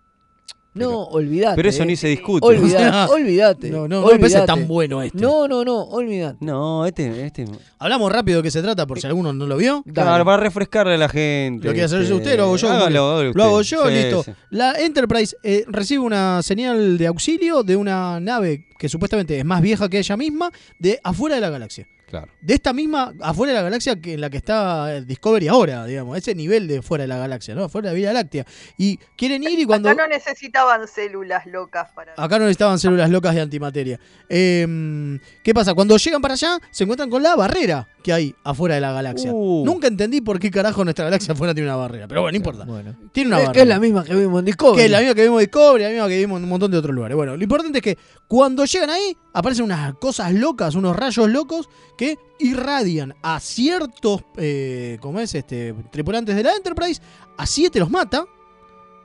S1: No,
S2: Ah,
S1: olvidate.
S3: Pero eso ni
S1: eh.
S3: se discute.
S1: Olvidate, olvidate.
S2: No, no, no me parece
S1: olvidate.
S2: tan bueno este.
S1: No, no, no, olvidate.
S3: No, este. este...
S2: Hablamos rápido de qué se trata, por si alguno no lo vio.
S3: Claro, para refrescarle a la gente.
S2: Lo quiere hacer
S3: ¿viste?
S2: usted, lo hago yo.
S3: Este, Hágalo,
S2: Julio.
S3: hágalo
S2: Lo hago
S3: usted.
S2: yo,
S3: Sí,
S2: listo.
S3: sí.
S2: La Enterprise eh, recibe una señal de auxilio de una nave que supuestamente es más vieja que ella misma, de afuera de la galaxia.
S3: Claro.
S2: De esta misma, afuera de la galaxia que en la que está eh, Discovery ahora, digamos, ese nivel de fuera de la galaxia, ¿no? Afuera de la Vía Láctea. Y quieren ir y cuando.
S4: Acá no necesitaban células locas para.
S1: Ah,
S2: Acá no estaban células locas de antimateria. Eh, ¿Qué pasa? Cuando llegan para allá, se encuentran con la barrera que hay afuera de la galaxia.
S1: Uh.
S2: Nunca entendí por qué carajo nuestra galaxia afuera tiene una barrera. Pero bueno, no importa. Tiene una
S1: Es
S2: barrera.
S1: que es la misma que vimos en Discovery.
S2: Que es la misma que vimos en Discovery, la misma que vimos en un montón de otros lugares. Bueno, lo importante es que cuando llegan ahí, aparecen unas cosas locas, unos rayos locos que irradian a ciertos, eh, ¿cómo es? Este, tripulantes de la Enterprise. A siete los mata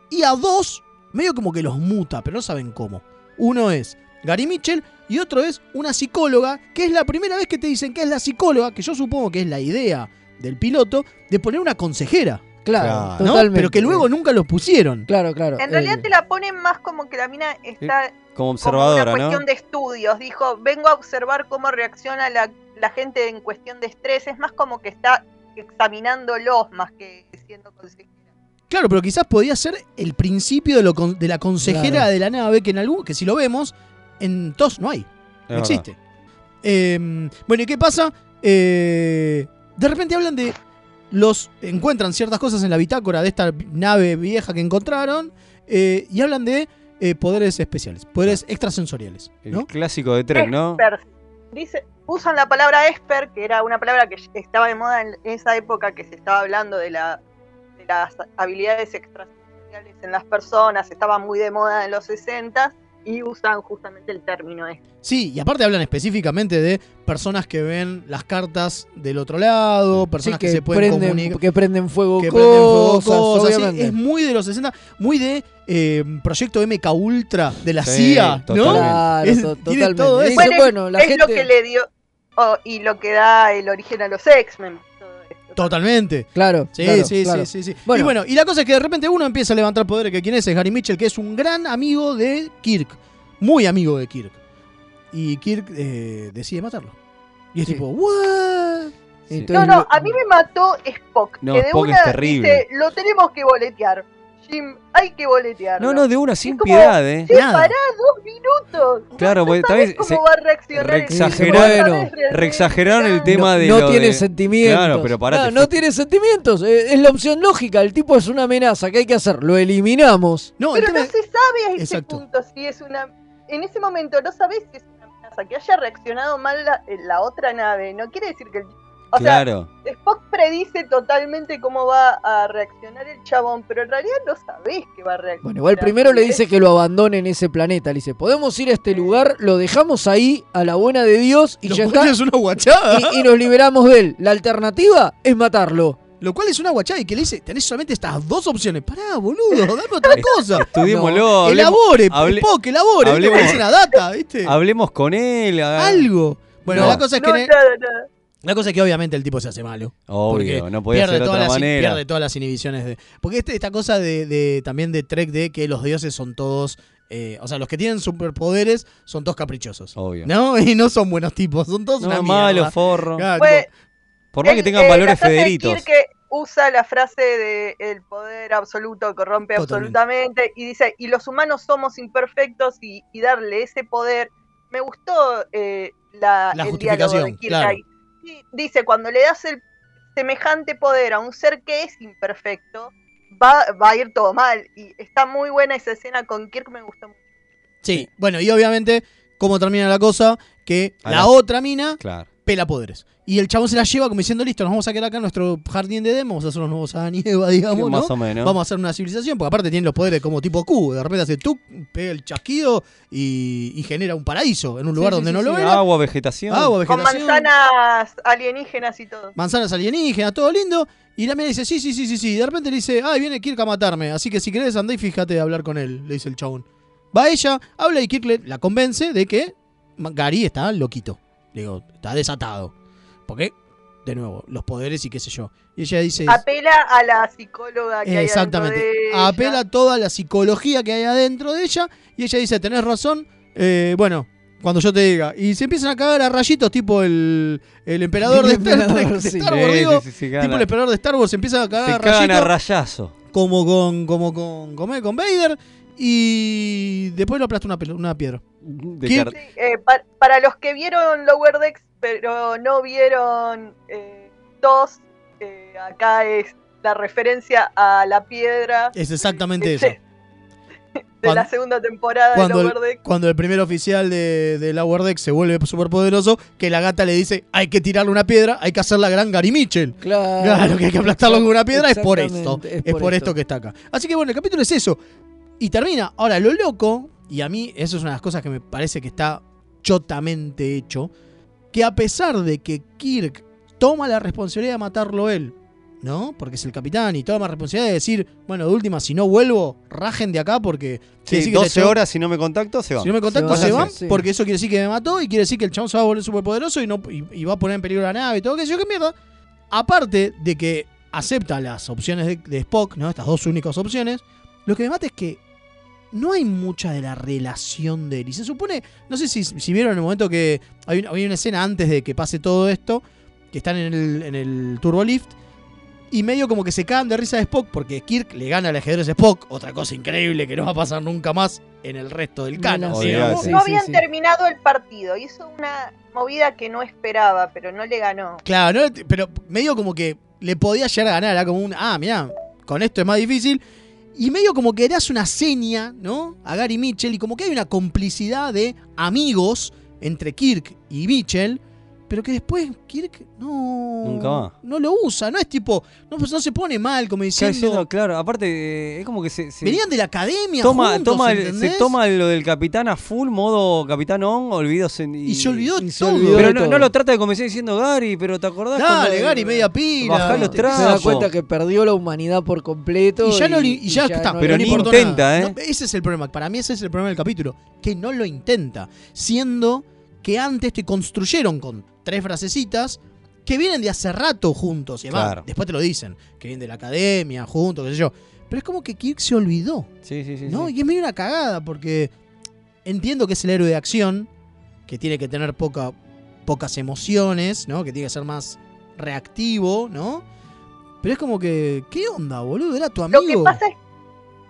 S2: y a dos, medio como que los muta, pero no saben cómo. Uno es Gary Mitchell y otro es una psicóloga, que es la primera vez que te dicen que es la psicóloga, que yo supongo que es la idea del piloto, de poner una consejera.
S1: Claro,
S2: ¿no?
S1: totalmente.
S2: Pero que luego nunca lo pusieron.
S1: Claro, claro.
S4: En realidad
S1: Eh,
S4: te la ponen más como que la mina está
S3: Como
S4: como
S3: observadora,
S4: una
S3: ¿no?
S4: cuestión de estudios. Dijo, vengo a observar cómo reacciona la, la gente en cuestión de estrés. Es más como que está examinándolos más que siendo consejero.
S2: Claro, pero quizás podía ser el principio de, lo con- de la consejera
S1: Claro.
S2: de la nave, que en algún, que si lo vemos, en TOS no hay. No
S3: verdad.
S2: existe. Eh, bueno, ¿y qué pasa? Eh, de repente hablan de. Los encuentran ciertas cosas en la bitácora de esta nave vieja que encontraron. eh, y hablan de eh, poderes especiales, poderes extrasensoriales.
S3: El
S2: ¿no?
S3: clásico de Trek, ¿no?
S4: Expert. Dice, usan la palabra expert, que era una palabra que estaba de moda en esa época que se estaba hablando de, la, de las habilidades extrasensoriales en las personas, estaba muy de moda en los 60 y usan justamente el término este.
S2: Sí, y aparte hablan específicamente de personas que ven las cartas del otro lado, personas
S1: Sí,
S2: que, se pueden
S1: prenden,
S2: comunicar.
S1: Que prenden fuego
S2: que
S1: cosas,
S2: prenden fuego cosas, sí,
S1: obviamente.
S2: Es muy de los 60, muy de eh, proyecto MK Ultra de la
S1: Sí,
S2: CIA, ¿no?
S1: totalmente. Claro,
S2: Es-
S1: to-
S2: tiene
S1: totalmente.
S2: todo eso.
S1: Bueno, bueno, la
S4: es lo
S1: gente-
S4: que le dio oh, y lo que da el origen a los X-Men.
S2: Totalmente.
S1: Claro.
S2: Sí,
S1: claro,
S2: sí,
S1: claro.
S2: sí, sí, sí.
S1: Bueno.
S2: Y bueno, y la cosa es que de repente uno empieza a levantar poder que quién es, es Gary Mitchell, que es un gran amigo de Kirk. Muy amigo de Kirk. Y Kirk eh, decide matarlo. Y es tipo, ¿what?
S4: No, no, a mí me mató Spock.
S3: No,
S4: que de
S3: Spock es
S4: una
S3: terrible.
S4: dice, lo tenemos que boletear. Jim, hay que boletear.
S3: No, no, de una sin
S4: como,
S3: piedad, ¿eh?
S4: Sí, pará dos minutos.
S3: Claro,
S4: no
S3: porque tal
S4: sabés
S3: vez
S4: cómo
S3: se-
S4: va a reaccionar el
S1: Sí,
S3: Reexageraron,
S1: bueno.
S3: reexageraron el tema
S1: no,
S3: de.
S1: no
S3: lo
S1: tiene
S3: de-
S1: sentimientos.
S3: Claro, pero parate.
S1: No,
S3: fue-
S1: no tiene sentimientos. eh, Es la opción lógica. El tipo es una amenaza. ¿Qué hay que hacer? Lo eliminamos.
S4: Pero no se sabe a ese
S1: Exacto.
S4: punto si es una. En ese momento no sabés si es una amenaza. Que haya reaccionado mal la, eh, la otra nave no quiere decir que el. O
S3: Claro.
S4: sea, Spock predice totalmente cómo va a reaccionar el chabón, pero en realidad no sabés que va a reaccionar.
S1: Bueno, igual primero le dice que lo abandone en ese planeta. Le dice, podemos ir a este lugar, lo dejamos ahí a la buena de Dios y
S2: Lo
S1: ya
S2: cual
S1: está.
S2: es una guachada.
S1: Y, y nos liberamos de él. La alternativa es matarlo.
S2: Lo cual es una guachada y que le dice, tenés solamente estas dos opciones. Pará, boludo, dame otra cosa.
S3: Estudiémoslo.
S2: No,
S3: hablemos-
S2: elabore,
S3: hable-
S2: Spock, elabore.
S3: hablemos-
S2: Es una data, ¿viste?
S3: Hablemos con él. haga-
S2: Algo. Bueno,
S3: No.
S2: la cosa es que...
S4: No,
S2: ne-
S4: nada, nada.
S2: La cosa es que obviamente el tipo se hace malo.
S3: Obvio,
S2: Porque
S3: no podía
S2: pierde
S3: ser de
S2: todas
S3: otra
S2: las-
S3: manera.
S2: Pierde todas las inhibiciones de. Porque este- esta cosa de, de- también de Trek de que los dioses son todos. eh, o sea, los que tienen superpoderes son todos caprichosos.
S3: Obvio.
S2: ¿No? Y no son buenos tipos, son todos
S3: No,
S2: una mierda.
S3: malos, forro.
S2: Claro,
S4: Fue-
S2: tipo,
S3: Por más que
S4: El-
S3: tengan
S4: eh,
S3: valores
S4: la frase de
S3: federitos.
S4: Kirk usa la frase de el poder absoluto corrompe absolutamente y dice, y los humanos somos imperfectos y, y darle ese poder. Me gustó eh, la,
S2: La
S4: el diálogo de
S2: justificación,
S4: Kirk
S2: claro.
S4: ahí. Sí, Dice, cuando le das el semejante poder a un ser que es imperfecto, va, va a ir todo mal. Y está muy buena esa escena con Kirk, me gustó mucho.
S2: Sí, bueno, y obviamente, ¿cómo termina la cosa? Que
S3: A
S2: la,
S3: la-
S2: otra mina
S3: Claro.
S2: pela poderes. Y el chabón se la lleva como diciendo, listo, nos vamos a quedar acá en nuestro jardín de demos, vamos a hacer unos nuevos Adán y Eva, digamos,
S3: Sí, más
S2: Ah, ¿no?
S3: o menos.
S2: Vamos a hacer una civilización, porque aparte tienen los poderes como tipo Q, de repente hace tú, pega el chasquido y, y genera un paraíso en un lugar
S3: Sí, sí,
S2: donde
S3: sí,
S2: no
S3: sí,
S2: lo era.
S3: Agua, vegetación.
S2: Agua,
S4: Con
S2: vegetación,
S4: manzanas alienígenas y todo.
S2: manzanas alienígenas, todo lindo. Y la mina dice, sí, sí, sí, sí, sí. Y de repente le dice, ay, viene Kirk a matarme, así que si querés andá y fíjate de hablar con él, le dice el chabón. Va ella, habla y Kirk le- la convence de que Ma- Gary está loquito. Le Digo, está desatado. Porque, de nuevo, los poderes y qué sé yo. Y ella dice...
S4: Apela a la psicóloga que hay adentro
S2: Exactamente.
S4: de ella.
S2: Apela a toda la psicología que hay adentro de ella y ella dice, tenés razón, eh, bueno, cuando yo te diga. Y se empiezan a cagar a rayitos, tipo el, el emperador de
S1: El
S2: Star,
S1: emperador,
S2: Trek, de
S1: sí.
S2: Star Wars,
S3: Sí, sí,
S2: digo,
S3: sí, sí, cagan
S2: tipo
S3: a-
S2: el emperador de Star Wars, se empieza a cagar
S3: Se
S2: a
S3: cagan a
S2: rayitos
S3: rayazo.
S2: como con como con como con Vader y después lo aplasta una, pel- una piedra.
S3: De
S2: Kirk-
S3: car-
S4: Eh, pa- para los que vieron Lower Decks, pero no vieron eh, TOS, eh, acá es la referencia a la piedra Este,
S2: Es exactamente eso.
S4: de la
S2: Cuando-
S4: segunda temporada
S2: Cuando
S4: de
S2: el,
S4: Lower Decks.
S2: cuando el primer oficial de, de la Wardeck se vuelve superpoderoso, que la gata le dice, hay que tirarle una piedra, hay que hacer la gran Gary Mitchell.
S1: Claro.
S2: Claro, que hay que aplastarlo con una piedra, es por esto.
S1: Exactamente,
S2: Es por, esto. que está acá. Así que bueno, el capítulo es eso. Y termina. Ahora, lo loco, y a mí eso es una de las cosas que me parece que está chotamente hecho, que a pesar de que Kirk toma la responsabilidad de matarlo él, ¿no? Porque es el capitán y toma la responsabilidad de decir, bueno, de última, si no vuelvo, rajen de acá porque... quiere
S3: Sí,
S2: decir que
S3: 12
S2: este chabón-
S3: horas si no me contacto, se van.
S2: si no me contacto,
S1: van,
S2: se van,
S1: sí.
S2: porque eso quiere decir que me mató y quiere decir que el chabón se va a volver superpoderoso y, no, y, y va a poner en peligro la nave y todo, que yo qué mierda. Aparte de que acepta las opciones de, de Spock, ¿no? Estas dos únicas opciones, lo que me mata es que no hay mucha de la relación de él. Y se supone, no sé si, si vieron en el momento que hay, una- hay una escena antes de que pase todo esto, que están en el, en el turbolift. Y medio como que se cagan de risa de Spock porque Kirk le gana al ajedrez a Spock, otra cosa increíble que no va a pasar nunca más en el resto del canon.
S1: no,
S2: digamos.
S1: sí,
S4: no habían terminado el partido, hizo una movida que no esperaba, pero no le ganó.
S2: Claro, no, pero medio como que le podía llegar a ganar, era como un, ah, mirá, con esto es más difícil. Y medio como que le hace una seña, ¿no? A Gary Mitchell y como que hay una complicidad de amigos entre Kirk y Mitchell Pero que después Kirk no.
S3: Nunca más.
S2: No lo usa, no es tipo. No, pues, no se pone mal, como
S3: Claro,
S2: diciendo.
S3: diciendo, claro, aparte eh, es como que se, se-
S2: Venían de la academia.
S3: toma,
S2: juntos,
S3: toma el- se
S2: ¿entendés?
S3: toma lo del capitán a full modo capitán on, olvidos en- y,
S2: Y se olvidó todo.
S3: pero no, no lo trata de convencer diciendo Gary, pero te acordás
S2: Dale,
S3: cuando-
S2: Gary, media pila.
S3: Bajá los
S2: Se da
S3: trapos.
S1: Se da cuenta que perdió la humanidad por completo.
S2: Y ya, no, li- y ya está.
S1: no
S3: Pero
S1: le
S3: ni
S1: importó
S3: intenta,
S1: nada.
S3: ¿eh?
S2: No, ese es el problema. Para mí ese es el problema del capítulo. Que no lo intenta. Siendo que antes te construyeron con tres frasecitas que vienen de hace rato juntos. Y además,
S3: Claro.
S2: después te lo dicen. Que vienen de la academia, juntos, qué sé yo. Pero es como que Kirk se olvidó.
S3: Sí, sí, sí.
S2: ¿no?
S3: sí.
S2: Y es medio una cagada porque entiendo que es el héroe de acción, que tiene que tener poca, pocas emociones, ¿no? Que tiene que ser más reactivo, ¿no? Pero es como que, ¿qué onda, boludo? Era tu amigo.
S4: Lo que pasa es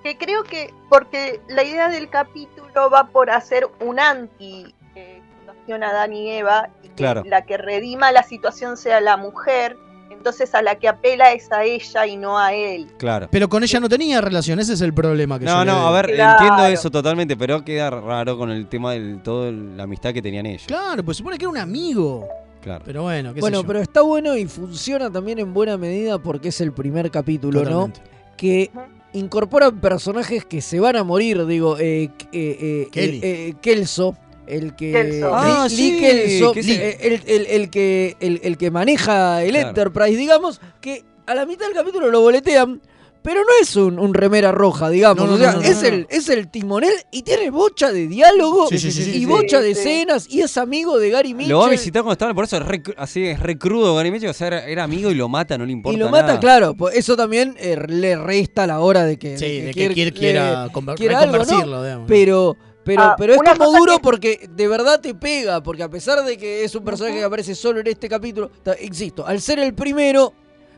S4: que creo que, porque la idea del capítulo va por hacer un anti eh, fundación a Dan y Eva, y que
S3: Claro.
S4: la que redima la situación sea la mujer, entonces a la que apela es a ella y no a él.
S3: Claro.
S2: Pero con ella no tenía relación, ese es el problema que yo
S3: No,
S2: le
S3: no,
S2: veo.
S3: a ver,
S4: Claro.
S3: entiendo eso totalmente, pero queda raro con el tema de toda la amistad que tenían ellos.
S2: Claro, pues supone que era un amigo.
S3: Claro.
S2: Pero bueno, qué
S1: Bueno,
S2: sé yo.
S1: pero está bueno y funciona también en buena medida porque es el primer capítulo,
S2: Totalmente.
S1: ¿no? Que incorporan personajes que se van a morir, digo, eh, eh, eh,
S2: Kelly.
S1: eh, eh, Kelso. El que.
S4: Kelso.
S3: Ah,
S1: Lee-
S3: sí,
S1: Lee Kelso,
S3: que es el-
S1: eh, el, el- el que, el, el que maneja el
S3: Claro.
S1: Enterprise, digamos, que a la mitad del capítulo lo boletean, pero no es un, un remera roja, digamos.
S2: No, no,
S1: o sea,
S2: no, no, no,
S1: es,
S2: no.
S1: El, es el timonel y tiene bocha de diálogo
S2: Sí, sí, sí, sí,
S1: y
S2: sí.
S1: bocha
S4: Sí,
S1: de
S4: sí.
S1: escenas y es amigo de Gary Mitchell.
S3: Lo va a visitar cuando estaba, por eso es re, cru- así es re crudo Gary Mitchell, o sea, era, era amigo y lo mata, no le importa
S1: Y lo mata,
S3: nada.
S1: claro. po- Eso también eh, le resta la hora de Eh, que,
S2: Sí, de que
S1: Kirk
S2: Kirk
S1: le-
S2: quiera conver-
S1: quiera algo, ¿no?
S2: reconvertirlo, digamos.
S1: Pero, pero,
S4: Ah,
S1: pero es
S4: una
S1: como
S4: cosa
S1: duro
S4: que-
S1: porque de verdad te pega. Porque a pesar de que es un personaje que aparece solo en este capítulo, ta- insisto, al ser el primero.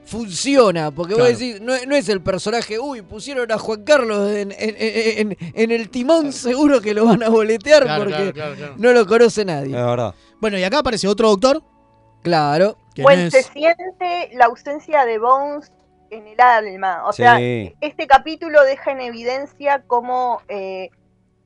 S1: Funciona, porque
S2: Claro.
S1: vos decís, no, no es el personaje, uy, pusieron a Juan Carlos en, en- en- en- en el timón, seguro que lo van a boletear
S2: Claro,
S1: porque
S2: claro, claro, claro.
S1: no lo conoce nadie.
S3: Es verdad.
S2: Bueno, y acá aparece otro doctor.
S1: Claro.
S2: Que no
S4: Bueno, Pues se
S2: es...
S4: siente la ausencia de Bones en el alma. O
S3: Sí.
S4: sea, este capítulo deja en evidencia cómo eh,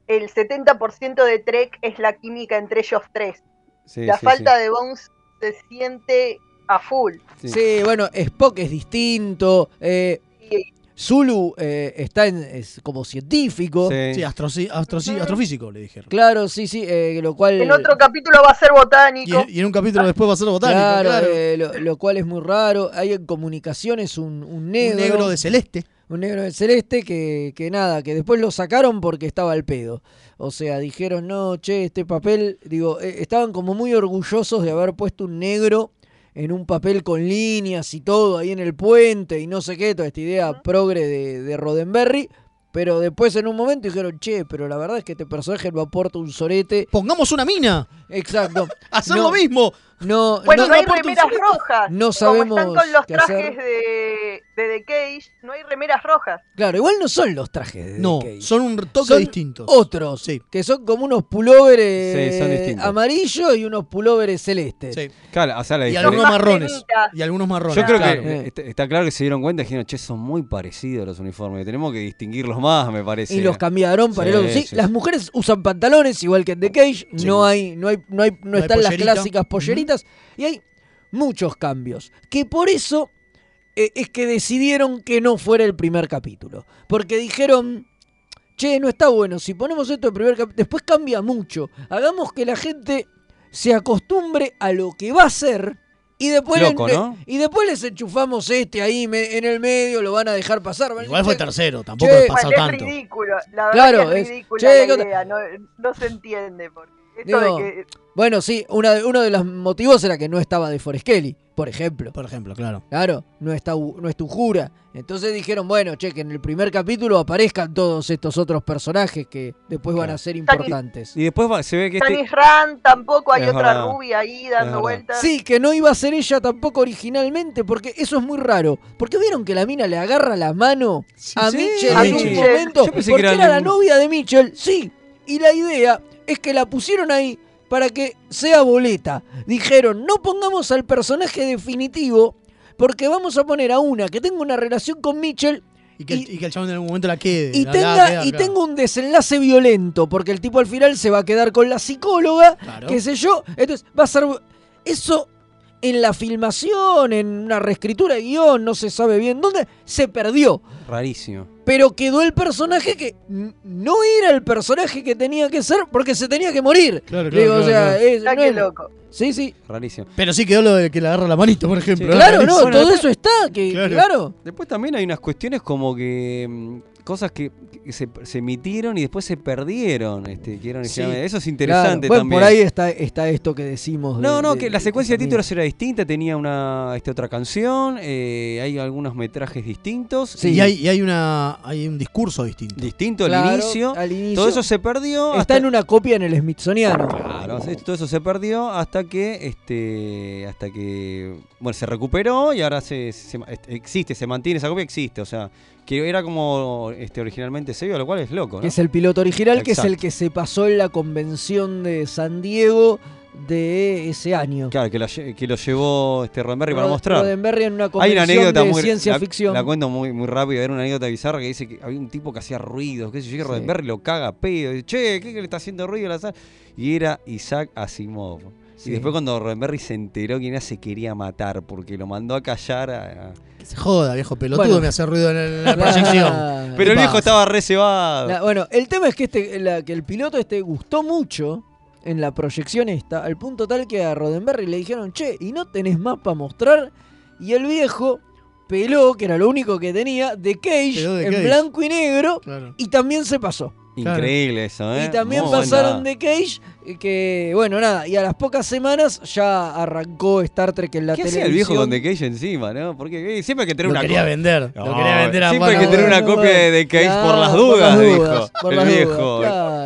S4: el 70% de Trek es la química entre ellos tres.
S3: Sí,
S4: la
S3: sí,
S4: falta de Bones se siente a full.
S3: Sí.
S1: Sí, bueno, Spock es distinto. eh,
S4: Sí.
S1: Zulu eh, está en- es como científico.
S3: sí.
S2: Sí, astroci- astroci- astrofísico, le dijeron.
S1: Claro, sí, sí, eh, lo cual.
S4: En otro capítulo va a ser
S2: Y,
S4: botánico.
S2: y en un capítulo después va a ser botánico,
S1: claro,
S2: claro.
S1: eh, lo, lo cual es muy raro. Hay en comunicaciones un, un negro.
S2: Un negro de celeste.
S1: un negro del celeste que, que nada, que después lo sacaron porque estaba al pedo. O sea, dijeron, no, che, este papel, digo, eh, estaban como muy orgullosos de haber puesto un negro en un papel con líneas y todo ahí en el puente y no sé qué, toda esta idea progre de, de Roddenberry. Pero después en un momento dijeron, che, pero la verdad es que este personaje no aporta un sorete.
S2: Pongamos una mina.
S1: Exacto.
S2: Hacer
S1: No,
S2: lo mismo.
S1: No,
S4: Bueno,
S1: no-
S4: no, hay
S2: aporta un
S4: remeras
S2: sorete.
S4: rojas.
S1: No
S4: Como están
S1: sabemos
S4: con los
S1: qué hacer.
S4: trajes de, de The Cage, no hay remeras rojas.
S1: claro, igual no son los trajes de
S2: No,
S1: Decay.
S2: son un toque
S1: Son oh,
S2: distinto.
S1: Otros,
S2: Sí.
S1: que son como unos pulóveres
S3: Sí, son distintos.
S1: amarillos y unos pulóveres celestes.
S2: Sí.
S3: Claro, o sea, la
S2: Y
S3: diferencia-
S2: algunos
S4: más
S2: marrones.
S4: temitas.
S2: Y algunos marrones.
S3: Yo creo
S2: claro.
S3: que está, está claro que se dieron cuenta y dijeron, che, son muy parecidos los uniformes, tenemos que distinguirlos más, me parece.
S1: Y los cambiaron para
S3: Sí,
S1: el otro. Sí,
S3: sí,
S1: las
S3: sí.
S1: mujeres usan pantalones igual que en The Cage. No hay, no hay, no hay, no
S2: hay
S1: están las
S2: pollerita.
S1: clásicas polleritas. Y hay muchos cambios. Que por eso eh, es que decidieron que no fuera el primer capítulo. Porque dijeron. Che, no está bueno. Si ponemos esto en primer capítulo. Después cambia mucho. Hagamos que la gente se acostumbre a lo que va a ser. Y después,
S3: Loco,
S1: le-
S3: ¿no?
S1: y después les enchufamos este ahí me- en el medio, lo van a dejar pasar. Van a
S2: Igual
S1: decir,
S2: fue
S1: "Che,
S2: tercero, tampoco
S1: Che,
S2: ha pasado
S4: Bueno,
S2: tanto.
S4: Es ridículo, la verdad
S1: Claro,
S4: que
S1: es-
S4: es ridícula
S1: che, ¿qué
S4: la
S1: onda?
S4: idea, no, no se entiende. Porque esto
S1: Digo,
S4: de que
S1: Bueno, sí, una de- uno de los motivos era que no estaba de Forest Kelly, por ejemplo.
S2: Por ejemplo, claro.
S1: Claro, no está, U- no está Ujura. Entonces dijeron, bueno, che, que en el primer capítulo aparezcan todos estos otros personajes que después van a ser importantes.
S3: Y después va- se ve que este...
S4: Tanis Rand tampoco hay
S3: Es
S4: otra
S3: verdad.
S4: rubia ahí
S3: Es verdad.
S4: dando vueltas.
S1: Sí, que no iba a ser ella tampoco originalmente, porque eso es muy raro. Porque vieron que la mina le agarra la mano a
S3: sí,
S1: Mitchell
S4: a
S1: en un
S4: Mitchell.
S1: momento,
S3: Yo pensé que
S1: porque
S3: era
S1: era la
S3: un-
S1: novia de Mitchell, sí. Y la idea es que la pusieron ahí para que sea boleta. Dijeron, no pongamos al personaje definitivo, porque vamos a poner a una que tenga una relación con Mitchell
S2: Y que, el-
S1: Y-
S2: y que el chabón en algún momento la quede.
S1: y
S2: la- la
S1: tenga,
S2: queda,
S1: y
S2: claro.
S1: tenga un desenlace violento, porque el tipo al final se va a quedar con la psicóloga,
S2: Claro.
S1: qué sé yo. Entonces va a ser. Eso en la filmación, en una reescritura de guión, no se sabe bien dónde, se perdió.
S3: Rarísimo.
S1: Pero quedó el personaje que n- no era el personaje que tenía que ser porque se tenía que morir.
S2: Claro, claro,
S1: Digo, o
S2: claro,
S1: sea, eh,
S2: claro.
S1: es-
S4: Ya
S1: no
S4: que
S1: es-
S4: loco.
S1: Sí, sí.
S3: Rarísimo.
S2: Pero sí quedó lo de que le agarra la manito, por ejemplo. ¿eh?
S1: Claro, no,
S3: Bueno,
S1: todo
S3: después-
S1: eso está, que, claro.
S3: Después también hay unas cuestiones como que. mm, Cosas que, que se, se emitieron y después se perdieron. Este, que eran-
S1: Sí.
S3: Eso es
S1: Claro.
S3: interesante
S1: Bueno,
S3: también.
S1: Por ahí está, está esto que decimos. de-
S3: No, no,
S1: de-
S3: que la secuencia de títulos era distinta, tenía una este, otra canción, eh, hay algunos metrajes distintos.
S2: Y hay, y hay una, hay un discurso distinto.
S3: Distinto al,
S1: Claro,
S3: inicio,
S1: al inicio.
S3: Todo eso se perdió.
S1: Está
S3: hasta-
S1: en una copia en el Smithsoniano.
S3: Claro, sí, todo eso se perdió hasta que, este, hasta que, bueno, se recuperó y ahora se, se- este, existe, se mantiene esa copia, existe, o sea, que era como, este, originalmente se vio, lo cual es loco, ¿no?
S1: Que es el piloto original, que es el
S3: Exacto.
S1: que se pasó en la convención de San Diego de ese año.
S3: Claro, que, la lle- que lo llevó este Roddenberry para
S1: Rod-
S3: mostrar.
S1: Roddenberry en una
S3: Hay una
S1: convención
S3: anécdota
S1: de
S3: muy-
S1: ciencia
S3: la-
S1: ficción.
S3: La cuento muy, muy rápido. Era una anécdota bizarra que dice que había un tipo que hacía ruidos. Que sé yo, que Roddenberry lo caga a pedo. dice, che, ¿qué, que le está haciendo ruido a la sala? Y era Isaac Asimov.
S1: Sí.
S3: Y después, cuando Roddenberry se enteró quién era, se quería matar porque lo mandó a callar. a- a-
S2: Se joda, viejo pelotudo,
S1: Bueno.
S2: me hace ruido en el- en la proyección.
S3: Pero el viejo
S2: pasa?
S3: estaba re cebado.
S1: La- bueno, el tema es que, este, la- que el piloto este gustó mucho en la proyección esta, al punto tal que a Roddenberry le dijeron, che, ¿y no tenés más para mostrar? Y el viejo peló, que era lo único que tenía, de Cage
S3: Peló de
S1: en
S3: Cage.
S1: blanco y negro,
S2: Claro.
S1: y también se pasó.
S3: Increíble eso, ¿eh?
S1: Y también
S3: Muy buena.
S1: pasaron de Cage, eh, que bueno, nada, y a las pocas semanas ya arrancó Star Trek en la
S3: ¿Qué hacía
S1: televisión.
S3: el viejo con The Cage encima, no? Porque eh, siempre hay que tener
S2: Lo
S3: una
S2: quería
S3: co-
S2: vender, lo
S3: No,
S2: quería vender a
S3: Siempre hay
S2: mano
S3: que tener
S2: dura.
S3: una copia de The Cage por las
S2: Claro, por las
S3: dudas,
S2: dudas,
S3: dijo.
S2: por
S3: el
S2: las dudas,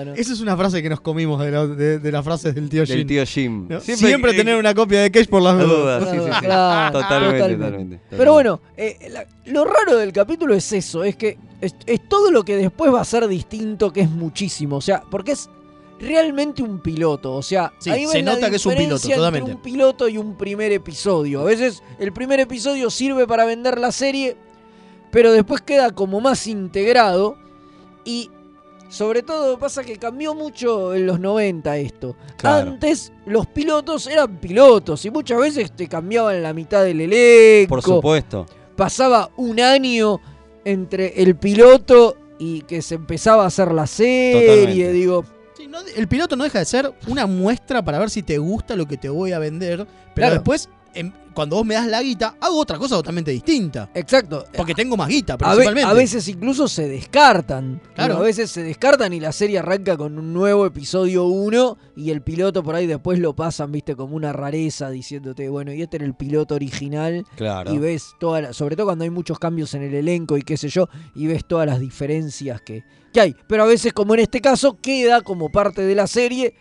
S3: viejo.
S2: Esa es una frase que nos comimos de, la- de- de las frases del tío Jim.
S3: Del tío Jim.
S2: ¿No? Siempre,
S3: Siempre- eh,
S2: tener una copia de Cage por las
S3: las
S2: dudas.
S3: dudas, sí, sí, sí.
S1: Claro,
S3: Totalmente, totalmente,
S1: Ah, Pero bueno, eh, la- lo raro del capítulo es eso, es que es, es todo lo que después va a ser distinto, que es muchísimo, o sea, porque es realmente un piloto, o sea,
S2: Sí,
S1: ahí
S2: se
S1: ven la
S2: nota que es un piloto,
S1: diferencia entre
S2: totalmente.
S1: un piloto y un primer episodio. A veces el primer episodio sirve para vender la serie, pero después queda como más integrado y sobre todo pasa que cambió mucho en los 90 esto.
S3: Claro.
S1: Antes los pilotos eran pilotos y muchas veces te cambiaban la mitad del elenco.
S3: Por supuesto.
S1: Pasaba un año entre el piloto y que se empezaba a hacer la serie,
S3: Totalmente.
S1: digo.
S2: Sí, no- el piloto no deja de ser una muestra para ver si te gusta lo que te voy a vender, pero
S1: Claro.
S2: después, em, cuando vos me das la guita, hago otra cosa totalmente distinta.
S1: Exacto.
S2: Porque tengo más guita,
S1: A, ve-
S2: principalmente.
S1: a veces incluso se descartan.
S2: Claro.
S1: Digo, A veces se descartan y la serie arranca con un nuevo episodio 1 y el piloto por ahí después lo pasan, viste, como una rareza diciéndote, bueno, y este era el piloto original.
S3: Claro.
S1: Y ves toda la- sobre todo cuando hay muchos cambios en el elenco y qué sé yo, y ves todas las diferencias que, que hay. Pero a veces, como en este caso, queda como parte de la serie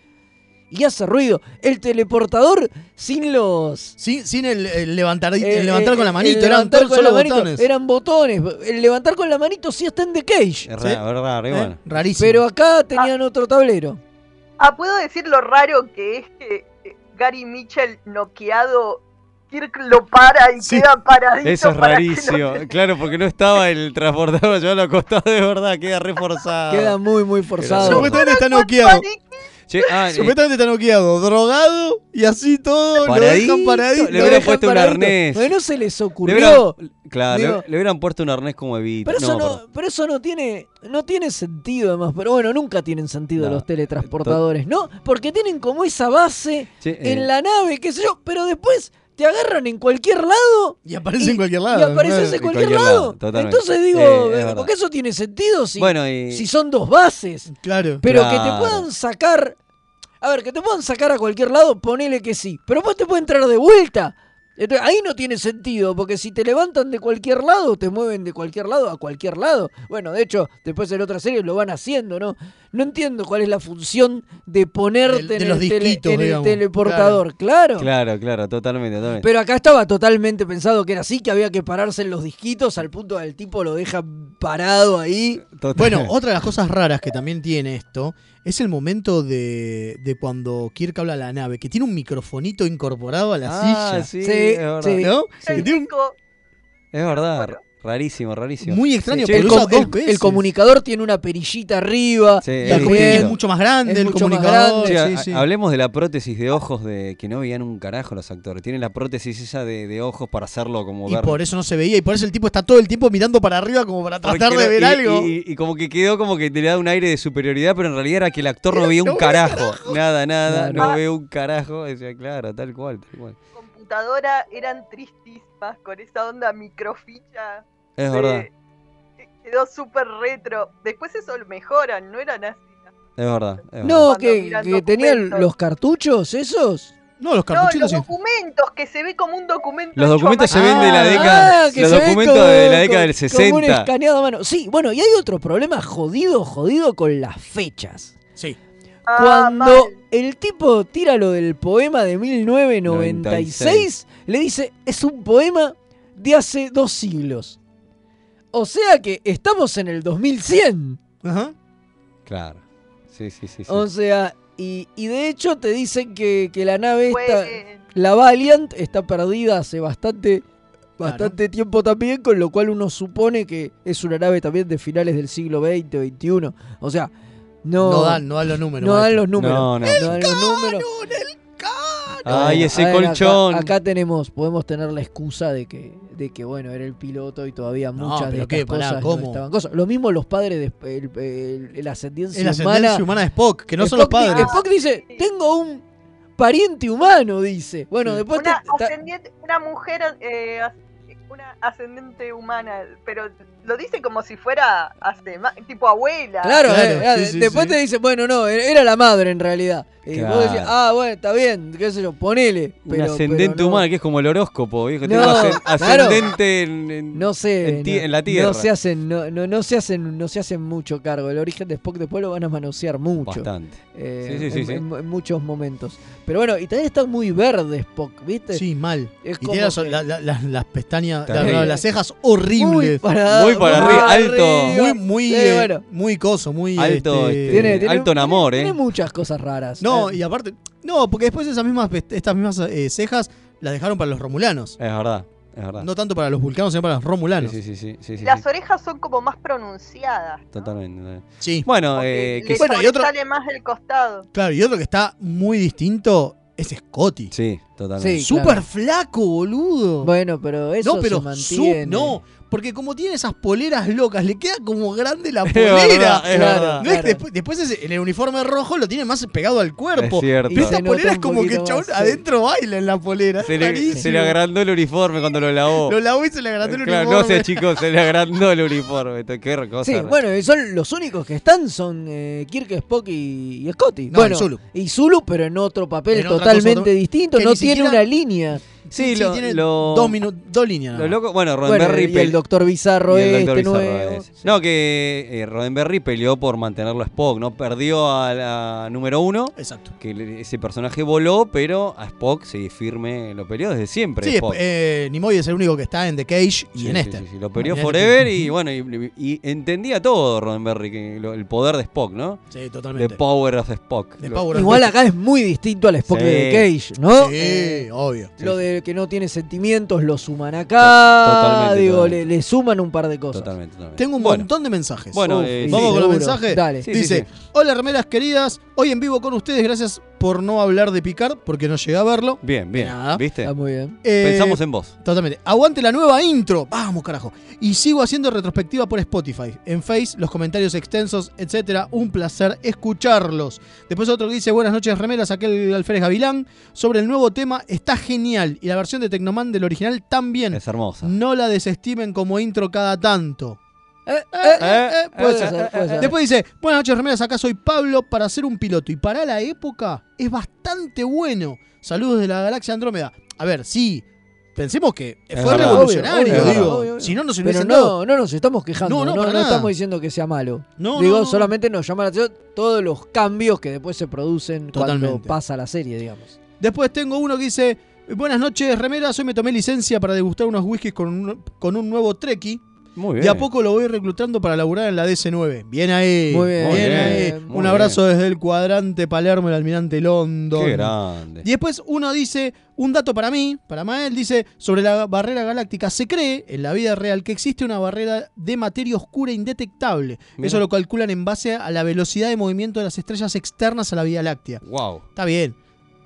S1: y hace ruido. El teleportador sin los...
S2: Sin, sin el, el levantar, el
S1: Eh,
S2: levantar
S1: eh,
S2: con la
S1: el
S2: manito, eran
S1: levantar
S2: tan
S1: con
S2: solo
S1: la manito,
S2: botones.
S1: Eran botones. El levantar con la manito sí está en The Cage.
S3: Es raro, es raro, y
S2: ¿Eh?
S3: bueno.
S2: Rarísimo.
S1: Pero acá tenían otro tablero.
S4: Ah, ¿puedo decir lo raro que es que eh, Gary Mitchell noqueado, Kirk lo para y queda paradito?
S3: Eso es
S4: para que
S3: rarísimo.
S4: no-
S3: Claro, porque no estaba el transportador yo lo acostado de verdad, queda
S2: Ah.
S3: reforzado.
S1: Queda muy, muy forzado.
S2: Supuestamente está noqueado.
S3: Che, ah, eh,
S2: Supuestamente está noqueado, drogado y así todo.
S3: Paradito,
S2: lo dejan paradito.
S3: le hubiera puesto un
S1: Paradito.
S3: arnés.
S1: Pero no se les
S3: eh, Le hubieran,
S1: ocurrió.
S3: claro, le-
S1: Digo-
S3: le hubieran puesto un arnés como Evita.
S1: Pero eso
S3: no,
S1: no, pero eso no tiene, no tiene sentido además. Pero bueno, nunca tienen sentido
S3: No,
S1: los teletransportadores, ¿no? Porque tienen como esa base
S3: Sí, eh.
S1: en la nave, qué sé yo, pero después te agarran en cualquier lado.
S2: Y aparece en cualquier lado.
S1: Y apareces
S2: claro.
S1: en cualquier,
S3: Ah, cualquier lado,
S1: lado.
S3: totalmente.
S1: Entonces digo,
S3: Eh, es
S1: eh,
S3: verdad.
S1: porque eso tiene sentido si,
S3: Bueno, eh, y-
S1: si son dos bases.
S2: Claro.
S1: Pero que te
S3: Claro.
S1: puedan sacar. A ver, que te puedan sacar a cualquier lado, ponele que sí. Pero vos te pueden traer de vuelta. Entonces, ahí no tiene sentido, porque si te levantan de cualquier lado, te mueven de cualquier lado a cualquier lado. Bueno, de hecho, después en otra serie lo van haciendo, ¿no? No entiendo cuál es la función de ponerte
S2: De- de
S1: en,
S2: los
S1: el, tele-
S2: disquitos,
S1: en el
S2: digamos.
S1: teleportador, claro.
S3: Claro, claro, totalmente, totalmente.
S1: Pero acá estaba totalmente pensado que era así, que había que pararse en los disquitos al punto del tipo lo deja parado ahí.
S3: Total-
S2: Bueno, otra de las cosas raras que también tiene esto es el momento de, de cuando Kirk habla a la nave, que tiene un microfonito incorporado a la
S3: Ah,
S2: silla.
S3: sí,
S1: Sí,
S3: es verdad.
S1: sí.
S2: ¿No? Que tiene un-
S4: Chico,
S3: Es verdad. Rarísimo, rarísimo.
S2: Muy extraño,
S3: Sí,
S1: el,
S3: che,
S1: com-
S3: el co-
S1: el- el comunicador tiene una perillita arriba.
S3: Sí,
S1: también.
S3: el comunicador es
S2: mucho más grande, el
S1: mucho más
S2: comunicador,
S1: grande.
S3: Che, ha- Hablemos de la prótesis de ojos de que no veían un carajo los actores. Tienen la prótesis esa de, de ojos para hacerlo como
S2: Y
S3: ver.
S2: por eso no se veía, y por eso el tipo está todo el tiempo mirando para arriba como para
S3: Porque
S2: tratar de
S3: no-
S2: ver
S3: y-
S2: algo.
S3: Y, y como que quedó como que te le da un aire de superioridad, pero en realidad era que el actor no veía un
S2: no veía
S3: carajo. Nada, nada,
S2: Claro.
S3: no veo un carajo. Decía, claro, tal cual, tal cual.
S4: computadora eran tristísimas con esa onda microficha.
S3: Es
S4: de-
S3: verdad,
S4: Quedó súper retro. Después eso lo mejoran, no eran así.
S3: es verdad. es verdad.
S1: No,
S4: Cuando
S1: que,
S4: miran
S1: que tenían
S4: documentos.
S1: los cartuchos esos.
S2: No, los
S4: No, los documentos, que se ve como un documento.
S3: Los
S4: hecho a
S3: documentos se
S4: mano.
S3: ven de la
S1: Ah,
S3: década.
S1: que
S3: Los
S1: se ve
S3: documentos
S1: como-
S3: de la década
S1: como-
S3: del
S1: Como un
S3: 60.
S1: escaneado a mano. Sí, bueno, y hay otro problema jodido, jodido con las fechas.
S2: Sí.
S4: Ah,
S1: Cuando el tipo tira lo del poema de 1996, le dice, es un poema de hace dos siglos. O sea que estamos en el 2100.
S2: Ajá.
S3: Claro. Sí, sí, sí. sí.
S1: O sea, y, y de hecho te dicen que, que la nave esta,
S4: eh,
S1: la Valiant, está perdida hace bastante, bastante tiempo también, con lo cual uno supone que es una nave también de finales del siglo XX, XXI. O sea, no,
S2: No dan- no dan los números,
S1: No dan
S2: maestro.
S1: los números.
S3: No, no.
S1: dan los números.
S3: Ay,
S1: Bueno,
S3: ese
S1: a ver, acá-
S3: colchón.
S1: Acá, tenemos, podemos tener la excusa de que, de que bueno, era el piloto y todavía
S2: No,
S1: muchas de
S2: pero
S1: estas
S2: qué, pará,
S1: cosas no
S2: ¿cómo?
S1: estaban cosas. Lo mismo los padres de el, el- el ascendencia,
S2: El ascendencia humana de Spock, que no son los
S1: Spock di-
S2: padres.
S1: Spock dice, tengo un pariente humano, dice. Bueno, después te-
S4: Una,
S1: ta-
S4: ascendiente- una mujer, eh, as- una ascendente humana, pero lo dice como si fuera hace ma- tipo abuela.
S1: Claro, eh,
S2: Claro,
S1: eh,
S2: sí, sí,
S1: después
S2: sí.
S1: te dicen, bueno, no, e-, era- era la madre en realidad. Y
S3: Claro.
S1: vos decís, ah, bueno, está bien, qué sé yo, ponele.
S3: un
S1: Pero,
S3: ascendente
S1: pero no.
S3: humano, que es como el horóscopo, viejo.
S1: No,
S3: Tengo ascen-
S1: claro.
S3: ascendente en, en-
S1: No sé.
S3: en ti-
S1: no-
S3: en la Tierra.
S1: No se, hacen, no, no- no se hacen, no se hacen mucho cargo. El origen de Spock después lo van a manosear mucho.
S3: Bastante.
S1: eh,
S3: Sí, sí, sí,
S1: en,
S3: sí.
S1: en- en muchos momentos. Pero bueno, y también está muy verde Spock, ¿viste?
S2: Sí, mal.
S1: Es
S2: Y
S1: como
S2: tiene las,
S1: que-
S2: la- la- las- las pestañas,
S3: Terrible.
S2: las- las cejas horribles.
S1: Muy para-
S3: Muy para
S1: muy
S3: arriba,
S1: para
S3: alto.
S1: arriba.
S2: Muy, muy,
S1: Sí,
S2: eh,
S1: bueno.
S2: muy coso, muy.
S3: Alto,
S2: este,
S3: este, alto en amor,
S1: Eh, Tiene
S3: eh.
S1: muchas cosas raras.
S2: No,
S1: Eh,
S2: y aparte. No, porque después esas mismas, pest- estas mismas eh, cejas las dejaron para los romulanos.
S3: Es verdad, es verdad.
S2: No tanto para los vulcanos, sino para los romulanos.
S3: sí, sí, sí, sí, sí, sí,
S4: Las
S3: sí,
S4: orejas son como más pronunciadas.
S3: Totalmente. totalmente.
S2: Sí.
S3: Bueno, eh,
S4: Le
S3: que
S2: Bueno, y otro-
S4: sale más del costado.
S2: Claro, y otro que está muy distinto es Scotty.
S3: sí, totalmente.
S1: Sí,
S2: Súper
S1: claro.
S2: flaco, boludo.
S1: Bueno, pero eso
S2: no, pero
S1: se
S2: su-
S1: mantiene.
S2: no, porque como tiene esas poleras locas, le queda como grande la polera.
S3: verdad, es
S2: Claro,
S3: verdad.
S2: no es
S1: Claro.
S2: después, después es el uniforme rojo lo tiene más pegado al cuerpo.
S3: Es cierto.
S2: Pero
S3: Y
S2: esta
S1: se nota
S2: polera es
S1: un
S2: como que el
S1: poquito
S2: chabón
S1: más, sí.
S2: adentro baila en la polera. es
S3: Se le,
S2: rarísimo.
S3: se le agrandó el uniforme cuando lo lavó.
S2: Lo lavó y se le agrandó el
S3: Claro, no
S2: uniforme.
S3: sé, chicos, se le agrandó el uniforme. Esto, Qué cosa.
S1: Sí, bueno, y son los únicos que están son eh, Kirk, Spock y, y Scotty.
S2: No,
S1: bueno,
S2: y Zulu.
S1: y Zulu, pero en otro papel
S2: En otra cosa,
S1: totalmente
S2: otro-
S1: distinto.
S2: que
S1: No
S2: ni
S1: tiene
S2: siquiera-
S1: una línea.
S3: Sí, lo-
S2: tiene
S3: lo-
S2: dos, minu- dos líneas.
S3: Lo
S2: nada más.
S3: loco, bueno,
S1: Bueno,
S3: Roddenberry
S1: y el
S3: pele-
S1: Doctor Bizarro
S3: y el
S1: este
S3: Dr. Bizarro
S1: nuevo.
S3: ese. No, que eh, Roddenberry peleó por mantenerlo a Spock, ¿no? Perdió a la número uno,
S2: Exacto.
S3: que le- ese personaje voló, pero a Spock, sí, firme, lo peleó desde siempre.
S2: Sí,
S3: Spock.
S2: eh, Nimoy es el único que está en The Cage y
S3: Sí,
S2: en
S3: sí,
S2: este.
S3: sí, sí, Lo peleó
S2: Imagínate
S3: Forever
S2: que-
S3: y bueno, y, y entendía todo Roddenberry, que lo- el poder de Spock, ¿no?
S2: Sí,
S3: The
S2: totalmente.
S3: Power of Spock.
S2: The
S3: Lo-
S2: Power of
S1: Igual
S2: Spock.
S1: acá es muy distinto al Spock
S3: Sí.
S1: de Cage, ¿no?
S2: Sí,
S1: Eh,
S2: obvio.
S1: Lo de que no tiene sentimientos lo suman
S3: To-
S1: acá.
S3: totalmente,
S1: digo,
S3: totalmente.
S1: Le, le suman un par de cosas.
S3: Totalmente, totalmente.
S2: Tengo un
S3: Bueno,
S2: montón de mensajes.
S3: Bueno,
S1: Uf,
S3: eh,
S1: y
S3: sí,
S2: Vamos con
S1: seguro.
S2: el mensaje.
S1: Dale.
S3: Sí,
S2: Dice, hola remeras queridas, hoy en vivo con ustedes, gracias por no hablar de Picard, porque no llegué a verlo.
S3: bien, bien.
S2: Nada.
S3: ¿Viste?
S1: Está muy bien.
S2: Eh,
S3: Pensamos en vos.
S2: Totalmente. Aguante la nueva intro. Vamos, carajo. Y sigo haciendo retrospectiva por Spotify. En Face, los comentarios extensos, etcétera. Un placer escucharlos. Después otro que dice, buenas noches, remeras, aquel Alférez Gavilán. Sobre el nuevo tema, está genial. Y la versión de Tecnoman del original también.
S3: Es hermosa.
S2: No la desestimen como intro cada tanto.
S1: Eh, eh,
S2: eh, eh,
S1: puede
S2: eh,
S1: ser,
S3: eh,
S1: puede ser.
S2: Después dice, buenas noches remeras, acá soy Pablo para ser un piloto y para la época es bastante bueno. Saludos de la galaxia Andrómeda. A ver, sí, pensemos que
S3: Es
S2: fue
S3: verdad.
S2: revolucionario,
S3: Obvio, obvio,
S2: digo.
S1: obvio, obvio.
S2: Si no, no se
S1: Pero
S2: hubiesen
S1: no,
S2: dado.
S1: no nos estamos quejando,
S2: No,
S1: no,
S2: no,
S1: no,
S2: para nada.
S1: estamos diciendo que sea malo.
S2: No,
S1: Digo,
S2: no, no.
S1: solamente nos llama la atención todos los cambios que después se producen
S2: Totalmente.
S1: cuando pasa la serie, digamos.
S2: Después tengo uno que dice, buenas noches remeras, hoy me tomé licencia para degustar unos whiskies con un, con un nuevo treki.
S3: Muy
S2: Y a
S3: bien.
S2: poco lo voy reclutando para laburar en la DC9. Bien ahí.
S1: Muy bien.
S2: bien
S1: Muy
S2: ahí.
S1: bien,
S2: Un
S1: muy
S2: abrazo desde el cuadrante Palermo, el almirante London.
S3: Qué grande.
S2: Y después uno dice, un dato para mí, para Mael, dice, sobre la barrera galáctica, se cree en la vida real que existe una barrera de materia oscura indetectable.
S3: Mirá.
S2: Eso lo calculan en base a la velocidad de movimiento de las estrellas externas a la Vía Láctea.
S3: Wow.
S2: Está bien.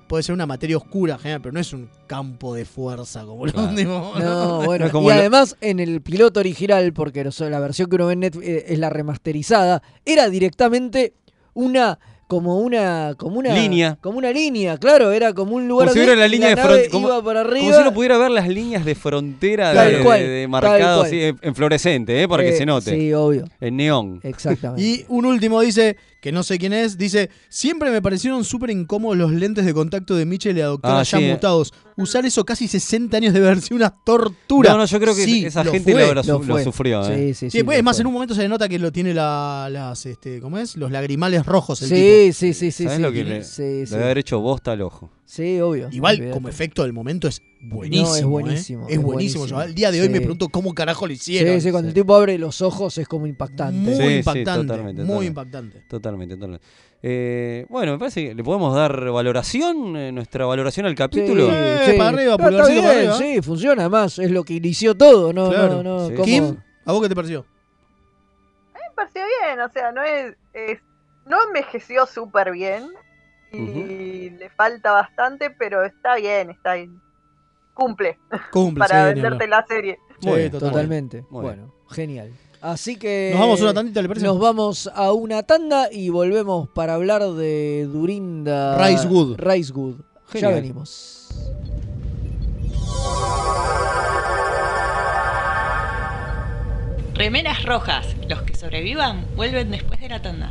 S2: Puede ser una materia oscura, general, pero no es un campo de fuerza como lo
S3: Claro.
S2: dimos.
S1: No, bueno,
S3: como
S1: y
S3: lo-
S1: además en el piloto original, porque no sé, la versión que uno ve en Netflix eh, es la remasterizada, era directamente una como una como una
S3: Línea.
S1: como una línea, claro, era como un lugar
S3: Como si
S1: donde
S3: hubiera la línea de
S1: nave
S3: front- como-
S1: iba para arriba.
S3: Como si uno pudiera ver las líneas de frontera
S1: Tal
S3: de, de-
S1: cual,
S3: de
S1: tal
S3: marcado
S1: cual.
S3: así en en fluorescente, ¿eh? para que
S1: Eh,
S3: se note.
S1: sí, obvio.
S3: En neón.
S1: Exactamente.
S2: Y un último dice, que no sé quién es, dice, siempre me parecieron súper incómodos los lentes de contacto de Mitchell y la doctora
S3: Ah,
S2: ya
S3: sí, eh.
S2: mutados. Usar eso casi 60 años debe haber sido una tortura.
S3: No, no, yo creo que
S2: Sí,
S3: esa
S2: lo
S3: gente
S2: fue.
S3: lo, lo su-
S1: lo
S3: lo
S1: fue.
S3: sufrió. ¿eh?
S1: Sí, sí,
S2: Sí, pues,
S1: lo
S2: es más,
S1: fue.
S2: en un momento se le nota que lo tiene la- las, este, ¿cómo es? Los lagrimales rojos. El
S1: Sí,
S2: tipo.
S1: sí, sí, sí,
S3: ¿Sabés
S1: sí.
S3: lo que le,
S1: Sí,
S3: le
S1: sí.
S3: debe haber hecho bosta al ojo?
S1: Sí, obvio.
S2: Igual,
S1: Olvidate.
S2: como efecto del momento, es buenísimo.
S1: No, es
S2: ¿eh?
S1: buenísimo,
S2: Es
S1: es
S2: buenísimo.
S1: buenísimo.
S2: Yo al día de hoy
S1: Sí.
S2: me pregunto cómo carajo lo hicieron. Mm,
S1: Sí, sí, cuando el tipo abre los ojos es como impactante.
S2: Muy
S3: Sí, sí,
S2: impactante.
S3: totalmente,
S2: muy
S3: totalmente.
S2: impactante.
S3: Totalmente, totalmente. Eh, bueno, me parece que le podemos dar valoración, eh, nuestra valoración al capítulo.
S1: Sí,
S2: Eh,
S1: sí.
S2: para arriba,
S1: No, está
S2: pulgarcito para
S1: bien,
S2: arriba.
S1: Sí, funciona más, es lo que inició todo, no, no,
S2: Claro.
S1: no,
S3: Sí.
S1: como-
S2: Kim, ¿a vos qué te pareció?
S4: me pareció bien, o sea, no es, es- no envejeció súper bien y le falta bastante, pero está bien, está bien. Cumple
S2: Cumple,
S4: para
S2: sí, ni hablar.
S4: venderte la serie.
S2: Sí,
S1: Muy bien,
S2: totalmente.
S1: totalmente.
S3: Muy bien.
S1: bueno, genial. Así que
S2: Nos vamos a una tandita, ¿le parece?
S1: Nos vamos a una tanda y volvemos para hablar de Durinda
S2: Ricewood.
S1: Ricewood. Ya
S3: Genial.
S1: venimos.
S15: Remeras rojas. Los que sobrevivan vuelven después de la tanda.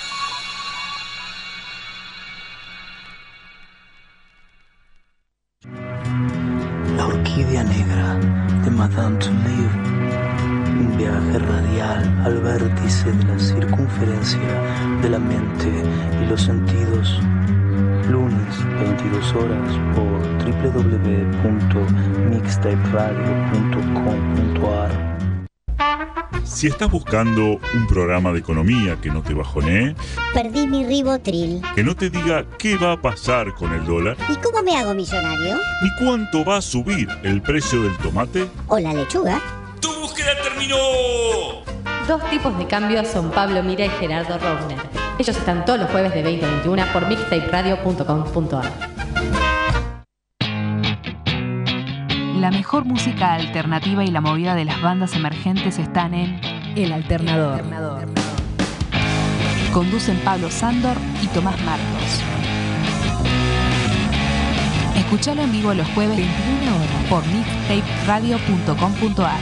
S12: La orquídea negra de Madame Touleau. Un viaje radial al vértice de la circunferencia de la mente y los sentidos. Lunes, 22 horas, por www.mixtaperadio.com.ar.
S16: Si estás buscando un programa de economía que no te bajonee,
S17: Perdí mi ribotril.
S16: que no te diga qué va a pasar con el dólar,
S17: ¿Y cómo me hago millonario?
S16: ni cuánto va a subir el precio del tomate,
S17: ¿O la lechuga?
S16: tu búsqueda terminó.
S18: Dos tipos de cambios son Pablo Mira y Gerardo Rovner. Ellos están todos los jueves de 20 a 21 por mixtaperadio.com.ar.
S7: La mejor música alternativa y la movida de las bandas emergentes están en El Alternador. Conducen Pablo Sándor y Tomás Marcos. Escuchalo en vivo los jueves 21 horas por mixtaperadio.com.ar.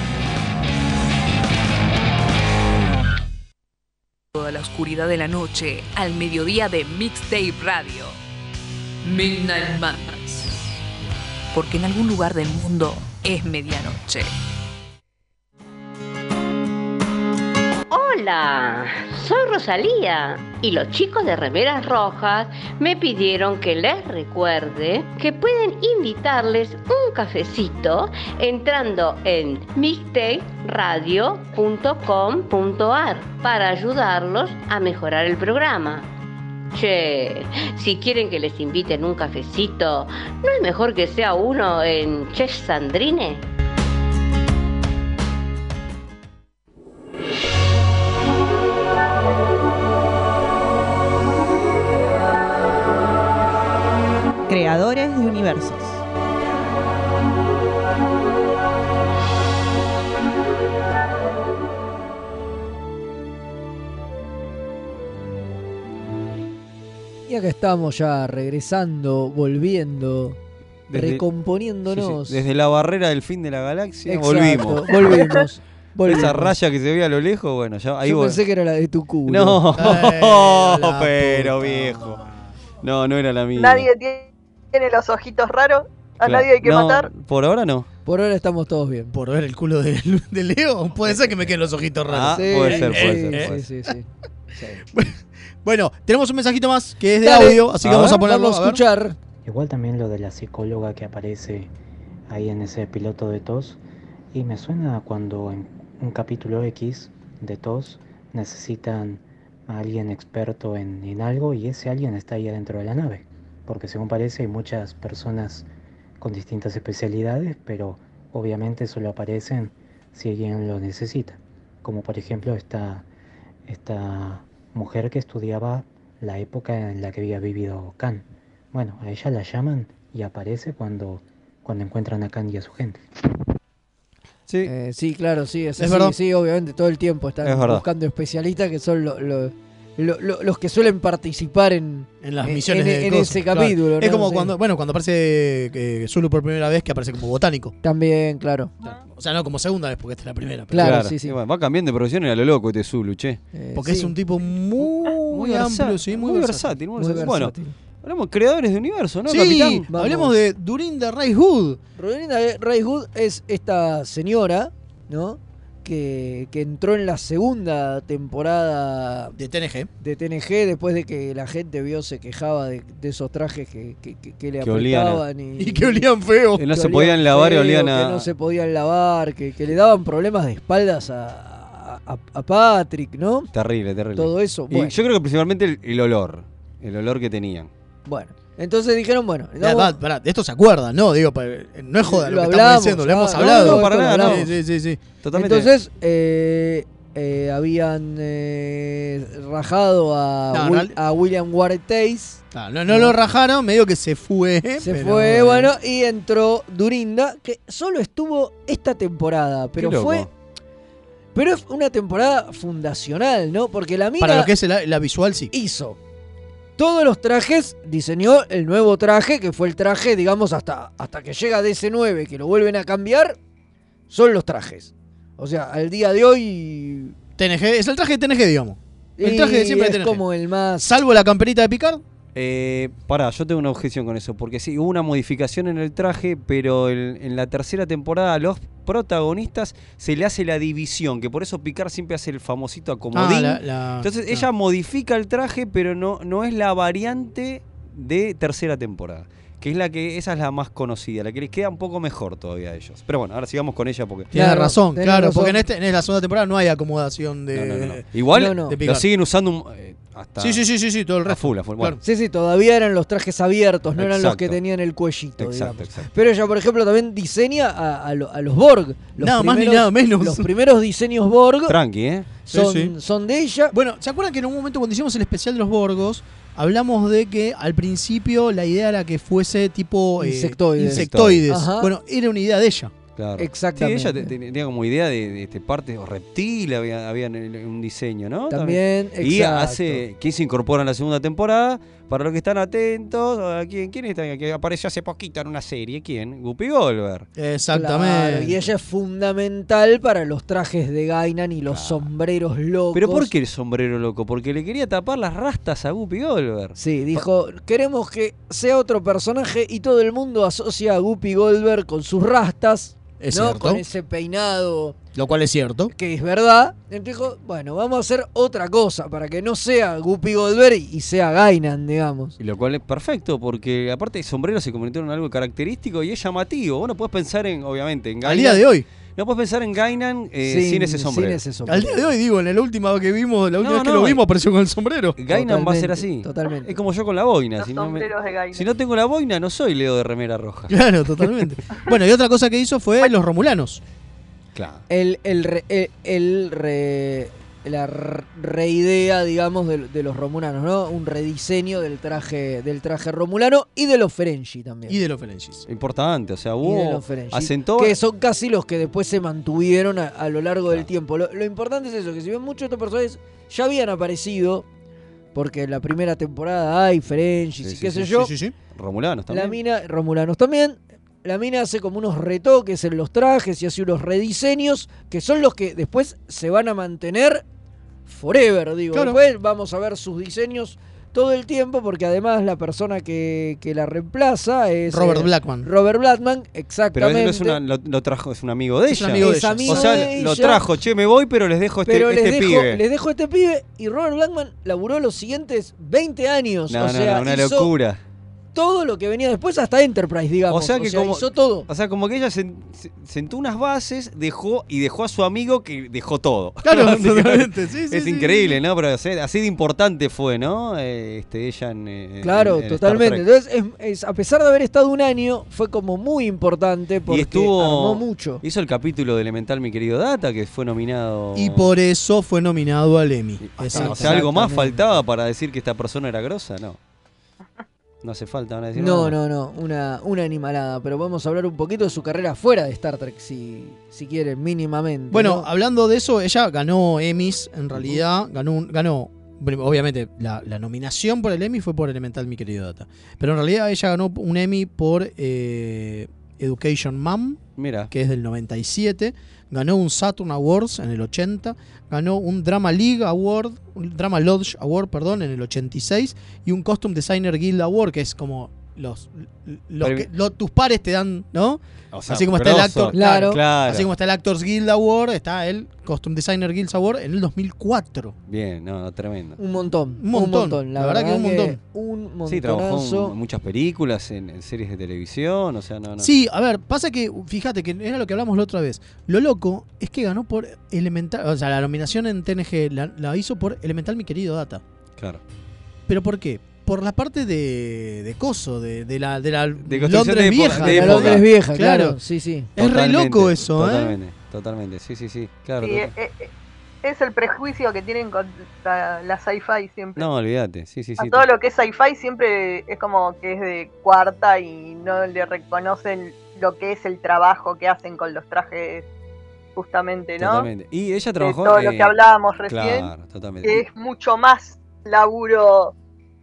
S19: Toda la oscuridad de la noche al mediodía de Mixtape Radio. Midnight Madness. Porque en algún lugar del mundo es medianoche.
S20: Hola, soy Rosalía y los chicos de Remeras Rojas me pidieron que les recuerde que pueden invitarles un cafecito entrando en mixtaperadio.com.ar para ayudarlos a mejorar el programa. Che, si quieren que les inviten un cafecito, ¿no es mejor que sea uno en Chef Sandrine?
S13: creadores de universos.
S1: Y acá estamos ya regresando, volviendo,
S3: Desde-
S1: recomponiéndonos.
S3: Sí, sí. Desde la barrera del fin de la galaxia
S1: Exacto,
S3: volvimos.
S1: volvimos, volvimos.
S3: Esa raya que se veía a lo lejos, bueno, ya ahí
S1: Yo
S3: vol-
S1: pensé que era la de tu culo.
S3: No,
S1: la
S3: pero viejo. No, no era la mía.
S4: Nadie tie- tiene los ojitos raros. A
S3: Claro.
S4: nadie hay que
S3: No,
S4: matar.
S3: Por ahora no.
S1: Por ahora estamos todos bien.
S2: Por ver el culo de, de Leo, puede ser que me queden los ojitos raros.
S3: Ah, puede ser, puede ser,
S2: eh,
S3: puede
S2: eh.
S1: Sí, sí, sí.
S2: Bueno, tenemos un mensajito más que es de
S1: Ah. Dale.
S2: audio, así que
S1: A
S2: vamos
S1: ver,
S2: a ponerlo.
S1: vamos a
S2: a ver.
S1: escuchar.
S9: Igual también lo de la psicóloga que aparece ahí en ese piloto de TOS. Y me suena a cuando en un capítulo X de TOS necesitan a alguien experto en, en algo y ese alguien está ahí adentro de la nave. Porque según parece hay muchas personas con distintas especialidades, pero obviamente solo aparecen si alguien lo necesita. Como por ejemplo esta, esta mujer que estudiaba la época en la que había vivido Khan. Bueno, a ella la llaman y aparece cuando, cuando encuentran a Khan y a su gente.
S3: Sí.
S1: sí, claro, sí. Es,
S2: Es
S1: así,
S2: verdad.
S1: Sí, obviamente, todo el tiempo están
S2: Es verdad.
S1: buscando especialistas que son lo- lo- lo- lo- los que suelen participar en,
S2: En las misiones
S1: en, e-
S2: de
S1: en
S2: cosas,
S1: ese
S2: claro.
S1: capítulo.
S2: Es
S1: ¿no?
S2: como
S1: Sí.
S2: cuando, bueno, cuando aparece eh, Zulu por primera vez, que aparece como botánico.
S1: También, claro.
S2: O sea, no como segunda vez, porque esta es la primera. pero-
S1: Claro, sí, sí.
S3: Y bueno, va cambiando de profesión y a lo loco este Zulu, che.
S1: Eh,
S2: Porque es un tipo muy, amplio, sí, muy,
S3: versátil. muy versátil.
S2: versátil.
S3: Bueno, hablamos de creadores de universo, ¿no,
S2: Sí,
S3: capitán?
S2: hablemos de Durinda Ray Hood.
S1: Rolinda Ray Hood es esta señora, ¿no? Que, que entró en la segunda temporada
S2: de TNG.
S1: De TNG, después de que la gente vio, se quejaba de, de esos trajes que, que- que- que le
S3: Que olían a-
S1: apretaban. Y,
S2: Y que olían feo.
S3: Que no se
S1: olían
S3: podían lavar y
S1: feo,
S3: olían a-
S1: Que no se podían lavar, que, que le daban problemas de espaldas a, a- a Patrick, ¿no?
S3: Terrible, terrible.
S1: Todo eso,
S3: Y
S1: bueno.
S3: yo creo que principalmente el, el olor. El olor que tenían.
S1: Bueno, entonces dijeron, bueno,
S2: Ya,
S1: vamos-
S2: va, pará, de esto se acuerdan, ¿no? Digo, pa- no es joda lo,
S1: Lo
S2: que
S1: hablamos,
S2: estamos diciendo, lo
S1: ah,
S2: hemos
S1: no,
S2: hablado.
S1: no, para nada, no.
S2: Sí, sí, sí, sí.
S1: Entonces, eh, eh, habían eh, rajado a,
S2: No, en
S1: Wil-
S2: real-
S1: a William Ward Tays.
S2: Ah, no, no lo rajaron, medio que se fue.
S1: Se
S2: pero-
S1: fue, bueno, y entró Durinda, que solo estuvo esta temporada, pero
S2: Qué loco.
S1: fue. Pero es una temporada fundacional, ¿no? Porque la mina
S2: Para lo que es la, la visual, sí.
S1: hizo todos los trajes, diseñó el nuevo traje, que fue el traje, digamos, hasta, hasta que llega DC9, que lo vuelven a cambiar, son los trajes. O sea, al día de hoy.
S2: TNG, es el traje de TNG, digamos. El traje de
S1: y
S2: siempre de
S1: es
S2: TNG.
S1: como el más.
S2: Salvo la camperita de Picard.
S3: Eh, pará, yo tengo una objeción con eso, porque sí, hubo una modificación en el traje, pero el- en la tercera temporada a los protagonistas se le hace la división, que por eso Picard siempre hace el famosito acomodín.
S2: Ah, la- la-
S3: Entonces
S2: claro.
S3: ella modifica el traje, pero no, no es la variante de tercera temporada, que es la que esa es la más conocida, la que les queda un poco mejor todavía a ellos. Pero bueno, ahora sigamos con ella porque
S2: Tiene razón,
S1: tenés
S2: claro,
S1: razón.
S2: porque en, este, en la segunda temporada no hay acomodación de.
S3: No, no, no, no. igual
S2: Eh, no, no. de
S3: lo
S2: Picard.
S3: siguen usando un- eh, hasta
S2: Sí, sí, sí, sí, sí, todo el
S3: a
S2: resto.
S3: full, a full. Bueno,
S1: Sí, sí, todavía eran los trajes abiertos, no eran los
S3: Exacto.
S1: que tenían el cuellito,
S3: Exacto,
S1: digamos.
S3: exacto.
S1: Pero ella, por ejemplo, también diseña a, a lo- a los Borg. Los
S2: Nada más ni nada menos.
S1: Los primeros diseños Borg
S3: tranqui, ¿eh?
S1: son,
S2: Sí, sí.
S1: son de ella.
S2: Bueno, ¿se acuerdan que en un momento cuando hicimos el especial de los Borgos, hablamos de que al principio la idea era que fuese tipo. eh,
S1: Insectoides.
S2: insectoides.
S1: Ajá.
S2: Bueno, era una idea de ella.
S3: Claro.
S1: Exactamente.
S3: Sí, ella te- te- tenía como idea de, de este parte o reptil, había, había en el- un diseño, ¿no?
S1: También,
S3: Y
S1: exacto.
S3: hace que se incorpora en la segunda temporada. Para los que están atentos, ¿a ¿quién, quién está? Que apareció hace poquito en una serie, ¿quién? Guppy Goldberg.
S2: Exactamente.
S1: Claro, y ella es fundamental para los trajes de Gainan y los sombreros locos.
S3: ¿Pero por qué el sombrero loco? Porque le quería tapar las rastas a Guppy Goldberg.
S1: Sí, dijo, queremos que sea otro personaje y todo el mundo asocia a Guppy Goldberg con sus rastas,
S2: Es
S1: ¿no?
S2: cierto.
S1: Con ese peinado
S2: Lo cual es cierto.
S1: que es verdad. Entonces dijo, bueno, vamos a hacer otra cosa para que no sea Guppy Goldberg y y sea Gainan, digamos.
S3: Y lo cual es perfecto, porque aparte de sombrero se convirtió en algo característico y es llamativo. Vos no podés pensar en, obviamente, en Gainan.
S2: Al día de hoy.
S3: No podés pensar en Gainan eh,
S1: Sin-
S3: sin, ese
S1: sin
S3: sombrero.
S1: ese sombrero.
S2: Al día de hoy, digo, en la última que vimos, la última
S3: No,
S2: vez que
S3: no,
S2: lo
S3: eh.
S2: vimos apareció con el sombrero.
S3: Gainan va a ser
S1: Totalmente,
S3: así.
S1: totalmente.
S3: Es como yo con la boina. Si no, me-
S4: Sombreros de Gaina.
S3: si no tengo la boina, no soy Leo de remera roja.
S2: Claro, totalmente. bueno, y otra cosa que hizo fue los romulanos.
S3: Claro.
S1: El, el, re- el, el re- la r- reidea, digamos, de, de los romulanos, ¿no? Un rediseño del traje, del traje romulano y de los Ferengi también.
S2: Y de los Ferengis.
S3: Importante, o sea,
S1: Y de
S3: hubo.
S1: los Ferengi,
S3: Oh, Asentó.
S1: Que son casi los que después se mantuvieron a, a lo largo del tiempo. Lo, lo importante es eso, que si bien muchos de estos personajes ya habían aparecido, porque en la primera temporada hay Ferengis y
S3: Sí, sí,
S1: qué
S3: sí,
S1: sé
S3: sí,
S1: yo,
S3: sí, sí. Romulanos también.
S1: la mina, Romulanos también. La mina hace como unos retoques en los trajes y hace unos rediseños que son los que después se van a mantener forever, digo.
S2: Claro.
S1: Después vamos a ver sus diseños todo el tiempo porque además la persona que, que la reemplaza es... eh,
S2: Robert Blackman.
S1: Robert Blackman,
S3: Pero
S1: exactamente.
S3: él no es una, lo, lo trajo, es un amigo de
S1: Es
S3: ella.
S1: un amigo de Es ella. amigo
S3: o sea,
S1: de
S3: lo
S1: ella.
S3: trajo, che, me voy, pero les dejo este,
S1: Pero
S3: este
S1: les, dejo,
S3: pibe.
S1: les dejo este pibe y Robert Blackman laburó los siguientes 20 años.
S3: No,
S1: o
S3: no,
S1: sea,
S3: no, una
S1: hizo
S3: locura.
S1: Todo lo que venía después hasta Enterprise, digamos.
S3: O sea que como.
S1: hizo todo.
S3: O sea, como que ella sen- se- sentó unas bases, dejó y dejó a su amigo que dejó todo.
S2: Claro,
S3: Básicamente.
S2: totalmente, sí, sí,
S3: Es
S2: sí,
S3: increíble, ¿no? Pero o sea, así de importante fue, ¿no? Eh, este, ella en. eh,
S1: Claro,
S3: en- en Star
S1: totalmente.
S3: Trek.
S1: Entonces, es- es- a pesar de haber estado un año, fue como muy importante porque
S3: y estuvo.
S1: armó mucho.
S3: Hizo el capítulo de Elemental, mi querido Data, que fue nominado.
S2: Y por eso fue nominado al Emmy.
S3: o sea, algo más
S2: Exactamente.
S3: faltaba para decir que esta persona era grosa, ¿no? No hace falta, van a decir.
S1: No,
S3: "Ah,
S1: no, no, una, una animalada, pero vamos a hablar un poquito de su carrera fuera de Star Trek, si, si quieren, mínimamente.
S2: Bueno,
S1: ¿no?
S2: hablando de eso, ella ganó Emmys, en realidad. Ganó, un- ganó bueno, obviamente, la, la nominación por el Emmy fue por Elemental, mi querido Data. Pero en realidad ella ganó un Emmy por eh, Education Mom,
S3: Mira.
S2: que es del 97. Ganó un Saturn Awards en el 80. Ganó un Drama League Award, un Drama Lodge Award, perdón, en el 86. Y un Costume Designer Guild Award, que es como los, los que- lo- tus pares te dan, ¿no?
S3: O sea,
S2: así como está el
S3: grosso.
S2: actor,
S3: Claro.
S2: claro,
S3: Claro.
S2: así como está el Actors Guild Award, está el Costume Designer Guild Award en el 2004.
S3: Bien, no, no, tremendo.
S1: Un montón.
S2: Un montón, la verdad que un montón.
S1: un montonazo.
S3: Sí, trabajó en muchas películas, en, en series de televisión, o sea, Ah, no, no.
S2: Sí, a ver, pasa que fíjate que era lo que hablamos la otra vez. Lo loco es que ganó por Elemental, o sea, la nominación en TNG la, la hizo por Elemental mi querido Data.
S3: Claro.
S2: ¿Pero por qué? Por la parte de, de coso, de, de la, de la
S3: construcción
S2: Londres
S3: de época-
S2: vieja.
S3: de
S1: La
S3: época.
S1: Londres vieja, claro. Sí, sí.
S2: Es re
S3: Totalmente,
S2: loco eso, ¿eh?
S3: totalmente, Totalmente, sí, sí, sí, claro.
S4: Sí,
S3: total-
S4: eh, eh, es el prejuicio que tienen contra la sci-fi siempre.
S3: No, olvídate, sí, sí,
S4: a
S3: sí.
S4: todo lo que es sci-fi siempre es como que es de cuarta y no le reconocen lo que es el trabajo que hacen con los trajes justamente, ¿no?
S3: Totalmente. Y ella trabajó...
S4: de todo lo
S3: eh,
S4: que hablábamos recién,
S3: Claro, totalmente.
S4: que es mucho más laburo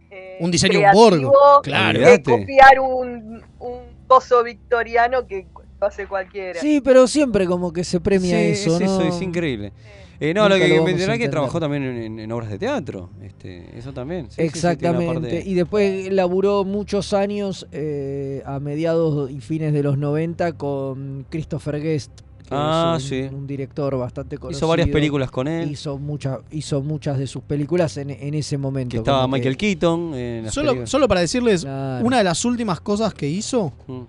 S4: eh,
S2: Un diseño un
S4: creativo
S2: borgo. Claro.
S4: que copiar un, un coso victoriano que cu- lo hace cualquiera.
S1: Sí, pero siempre como que se premia
S3: Sí,
S1: eso,
S3: sí,
S1: ¿no?
S3: eso es increíble. Eh, no,
S1: Nunca
S3: lo que
S1: lo vamos a
S3: mencionaba es que
S1: entender.
S3: trabajó también en, en- en obras de teatro. Este, eso también. sí, sí, sí, tiene una
S1: Exactamente.
S3: parte-
S1: Y después laburó muchos años eh, a mediados y fines de los 90 con Christopher Guest. que
S3: Ah,
S1: es un,
S3: sí.
S1: un director bastante conocido.
S3: varias películas con él.
S1: Hizo, muchas hizo muchas de sus películas en, en ese momento.
S3: que estaba
S1: como que-
S3: Michael Keaton. eh, En las
S2: Solo,
S3: películas.
S2: solo para decirles,
S1: Claro.
S2: una de las últimas cosas que hizo,
S3: Mm.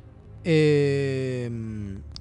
S2: eh,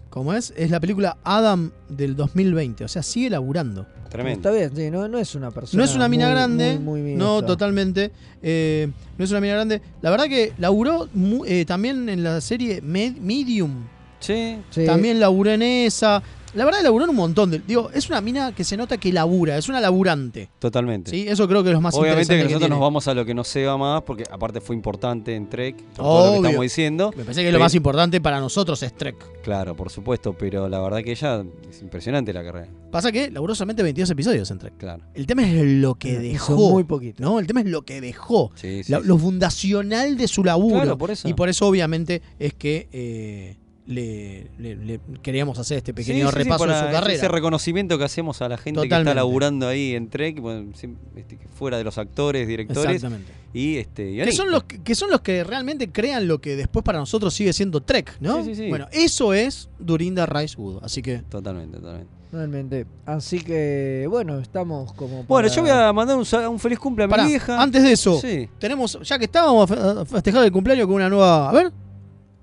S2: ¿cómo es? Es la película Adam del 2020. O sea, sigue laburando.
S3: Tremendo.
S1: Está bien, sí, no, no es una persona.
S2: No es una mina
S1: muy-
S2: grande.
S1: muy- muy
S2: no,
S1: esta.
S2: totalmente. eh, no es una mina grande. La verdad que laburó mu- eh, también en la serie Med- Medium.
S3: Sí.
S1: Sí.
S2: También laburó en esa. La verdad, laburó en un montón. de- digo, es una mina que se nota que labura. Es una laburante.
S3: Totalmente.
S2: ¿sí? Eso creo que es lo más
S3: Obviamente que
S2: interesante
S3: nosotros nos
S2: tiene.
S3: vamos a lo que no se va más, porque aparte fue importante en Trek, por todo lo que
S2: Obvio.
S3: estamos diciendo.
S2: Me parece que lo
S3: Pe-
S2: más importante para nosotros es Trek.
S3: Claro, por supuesto, pero la verdad que ella es impresionante la carrera.
S2: Pasa que laburó solamente 22 episodios en Trek.
S3: Claro.
S2: El tema es lo que
S1: Ah, Hizo
S2: dejó.
S1: muy poquito.
S2: ¿no? El tema es lo que dejó.
S3: Sí, sí,
S2: La-
S3: sí.
S2: Lo fundacional de su laburo.
S3: Claro, por eso.
S2: Y por eso, obviamente, es que eh, le, le- le queríamos hacer este
S3: Sí,
S2: pequeño
S3: sí, sí,
S2: repaso de
S3: para
S2: su carrera.
S3: Ese reconocimiento que hacemos a la gente que
S2: Totalmente.
S3: está laburando ahí en Trek, bueno, sí, este, que fuera de los actores, directores.
S2: Exactamente.
S3: Y este.
S2: Que son, los que, que son los que realmente crean lo que después para nosotros sigue siendo Trek, ¿no?
S3: Sí, sí, sí.
S2: Bueno, eso es Durinda Rice Wood. Así que.
S3: Totalmente, totalmente.
S1: Realmente. Así que, bueno, estamos como.
S3: Bueno,
S1: para-
S3: yo voy a mandar un, sal- un feliz cumple a mi
S2: Pará,
S3: vieja.
S2: antes de eso,
S3: Sí.
S2: tenemos, ya que estábamos a fe- a festejar el cumpleaños con una nueva. A ver,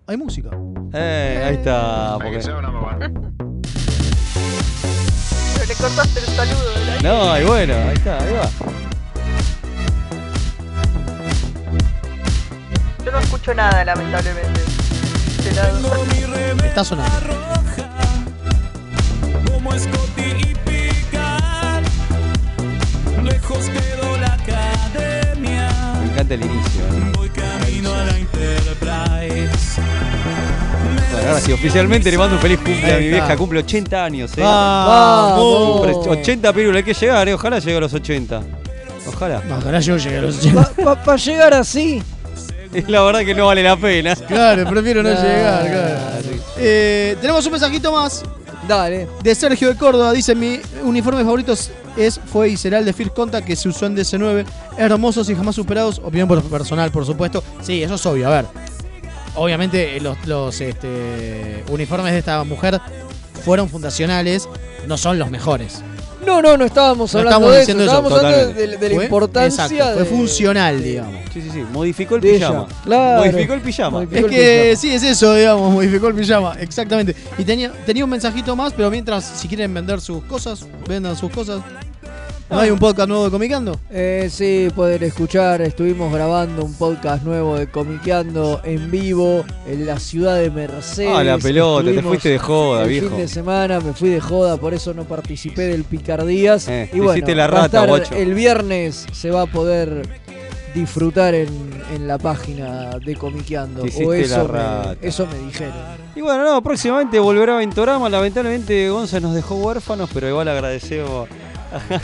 S2: hay música.
S3: Eh, ahí está. porque-
S4: Pero le cortaste el saludo. ¿verdad?
S3: No, y bueno, ahí está, ahí va.
S4: Yo no escucho nada, lamentablemente. De este lado.
S2: Está sonando.
S5: Como Scotty y Picard
S3: el inicio. ¿eh?
S5: Voy camino a la Enterprise.
S3: Bueno, ahora sí, oficialmente le mando un feliz cumple a mi vieja. Cumple 80 años, ¿eh?
S2: Vamos.
S3: Impres- 80 películas, hay que llegar, ¿eh? Ojalá llegue a los 80. Ojalá.
S2: Ojalá yo llegue a los
S1: Para llegar así.
S3: La verdad que no vale la pena.
S2: Claro, prefiero no llegar, claro. Eh, tenemos un mensajito más.
S1: Dale.
S2: De Sergio de Córdoba. Dice: Mi uniforme favorito es, fue y será el de First Contact que se usó en DC9. Hermosos y jamás superados. Opinión por- personal, por supuesto. Sí, eso es obvio. A ver. Obviamente, eh, los, los, este, uniformes de esta mujer fueron fundacionales. No son los mejores.
S1: No, no, no estábamos
S2: No
S1: hablando
S2: estamos
S1: de eso.
S2: diciendo eso,
S1: Estábamos hablando
S2: totalmente.
S1: de, de la
S2: Fue-
S1: importancia
S2: exacto, fue
S1: de-
S2: funcional, digamos.
S3: Sí, sí, sí. Modificó el
S1: De
S3: pijama.
S1: ella, claro.
S3: Modificó el pijama.
S2: Es que sí, es eso, digamos, modificó el pijama, exactamente. Y tenía, tenía un mensajito más, pero mientras, si quieren vender sus cosas, vendan sus cosas.
S1: Ah.
S2: ¿No hay un podcast nuevo de Comicando?
S1: Eh, sí, poder escuchar. Estuvimos grabando un podcast nuevo de Comiqueando en vivo en la ciudad de Mercedes.
S3: Ah, la pelota, te
S1: Estuvimos
S3: fuiste de joda,
S1: el
S3: viejo.
S1: fin de semana me fui de joda, por eso no participé del Picardías.
S3: Eh, te
S1: y bueno,
S3: hiciste la
S1: va a
S3: rata,
S1: estar-
S3: guacho.
S1: el viernes se va a poder disfrutar en, en la página de Comiqueando.
S3: Te hiciste
S1: o
S3: la
S1: eso,
S3: rata.
S1: me, eso me dijeron.
S3: Y bueno, no, próximamente volverá Ventorama. Lamentablemente Gonza nos dejó huérfanos, pero igual agradecemos.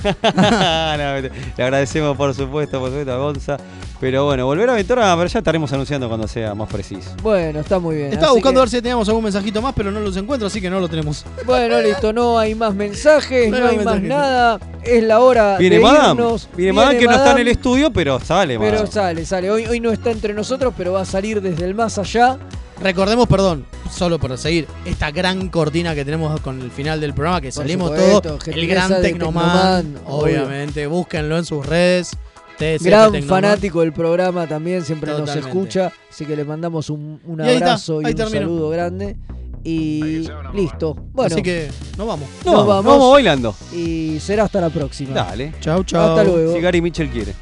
S3: No, le agradecemos por supuesto, por supuesto a Gonza. Pero bueno, volverá Ventorama, pero ya estaremos anunciando cuando sea más preciso.
S1: Bueno, está muy bien.
S2: Estaba
S1: así
S2: buscando
S1: que-
S2: a ver si teníamos algún mensajito más, pero no los encuentro, así que no lo tenemos.
S1: Bueno, listo, no hay más mensajes,
S2: No
S1: no,
S2: hay
S1: hay más
S2: mensajes.
S1: nada. Es la hora
S3: Viene
S1: Ah, de
S3: Madame.
S1: irnos.
S3: Viene Madame que no está en el
S1: Madame,
S3: estudio, pero sale,
S1: Pero
S3: Madame.
S1: sale, sale. Hoy, hoy no está entre nosotros, pero va a salir desde el más allá.
S2: Recordemos, perdón, solo para seguir, esta gran cortina que tenemos con el final del programa, que
S1: Por
S2: salimos
S1: supuesto,
S2: todos. El
S1: gentileza
S2: gran
S1: de
S2: Tecnoman,
S1: Tecnoman,
S2: obviamente. Búsquenlo en sus redes. TSF
S1: Gran
S2: Tecnoman.
S1: fanático del programa también, siempre nos
S2: Totalmente.
S1: escucha. Así que le mandamos un, un
S2: Y ahí está,
S1: abrazo y,
S2: ahí
S1: un
S2: termino.
S1: saludo grande. Y listo. Bueno,
S2: Así que nos vamos.
S1: nos
S3: vamos,
S1: vamos.
S3: nos vamos bailando.
S1: Y será hasta la próxima.
S3: Dale.
S2: Chau, chau.
S1: Hasta luego.
S3: Si Gary Mitchell quiere.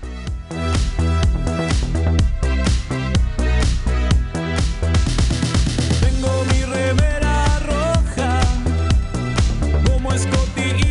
S5: Tengo mi remera roja, como Scotty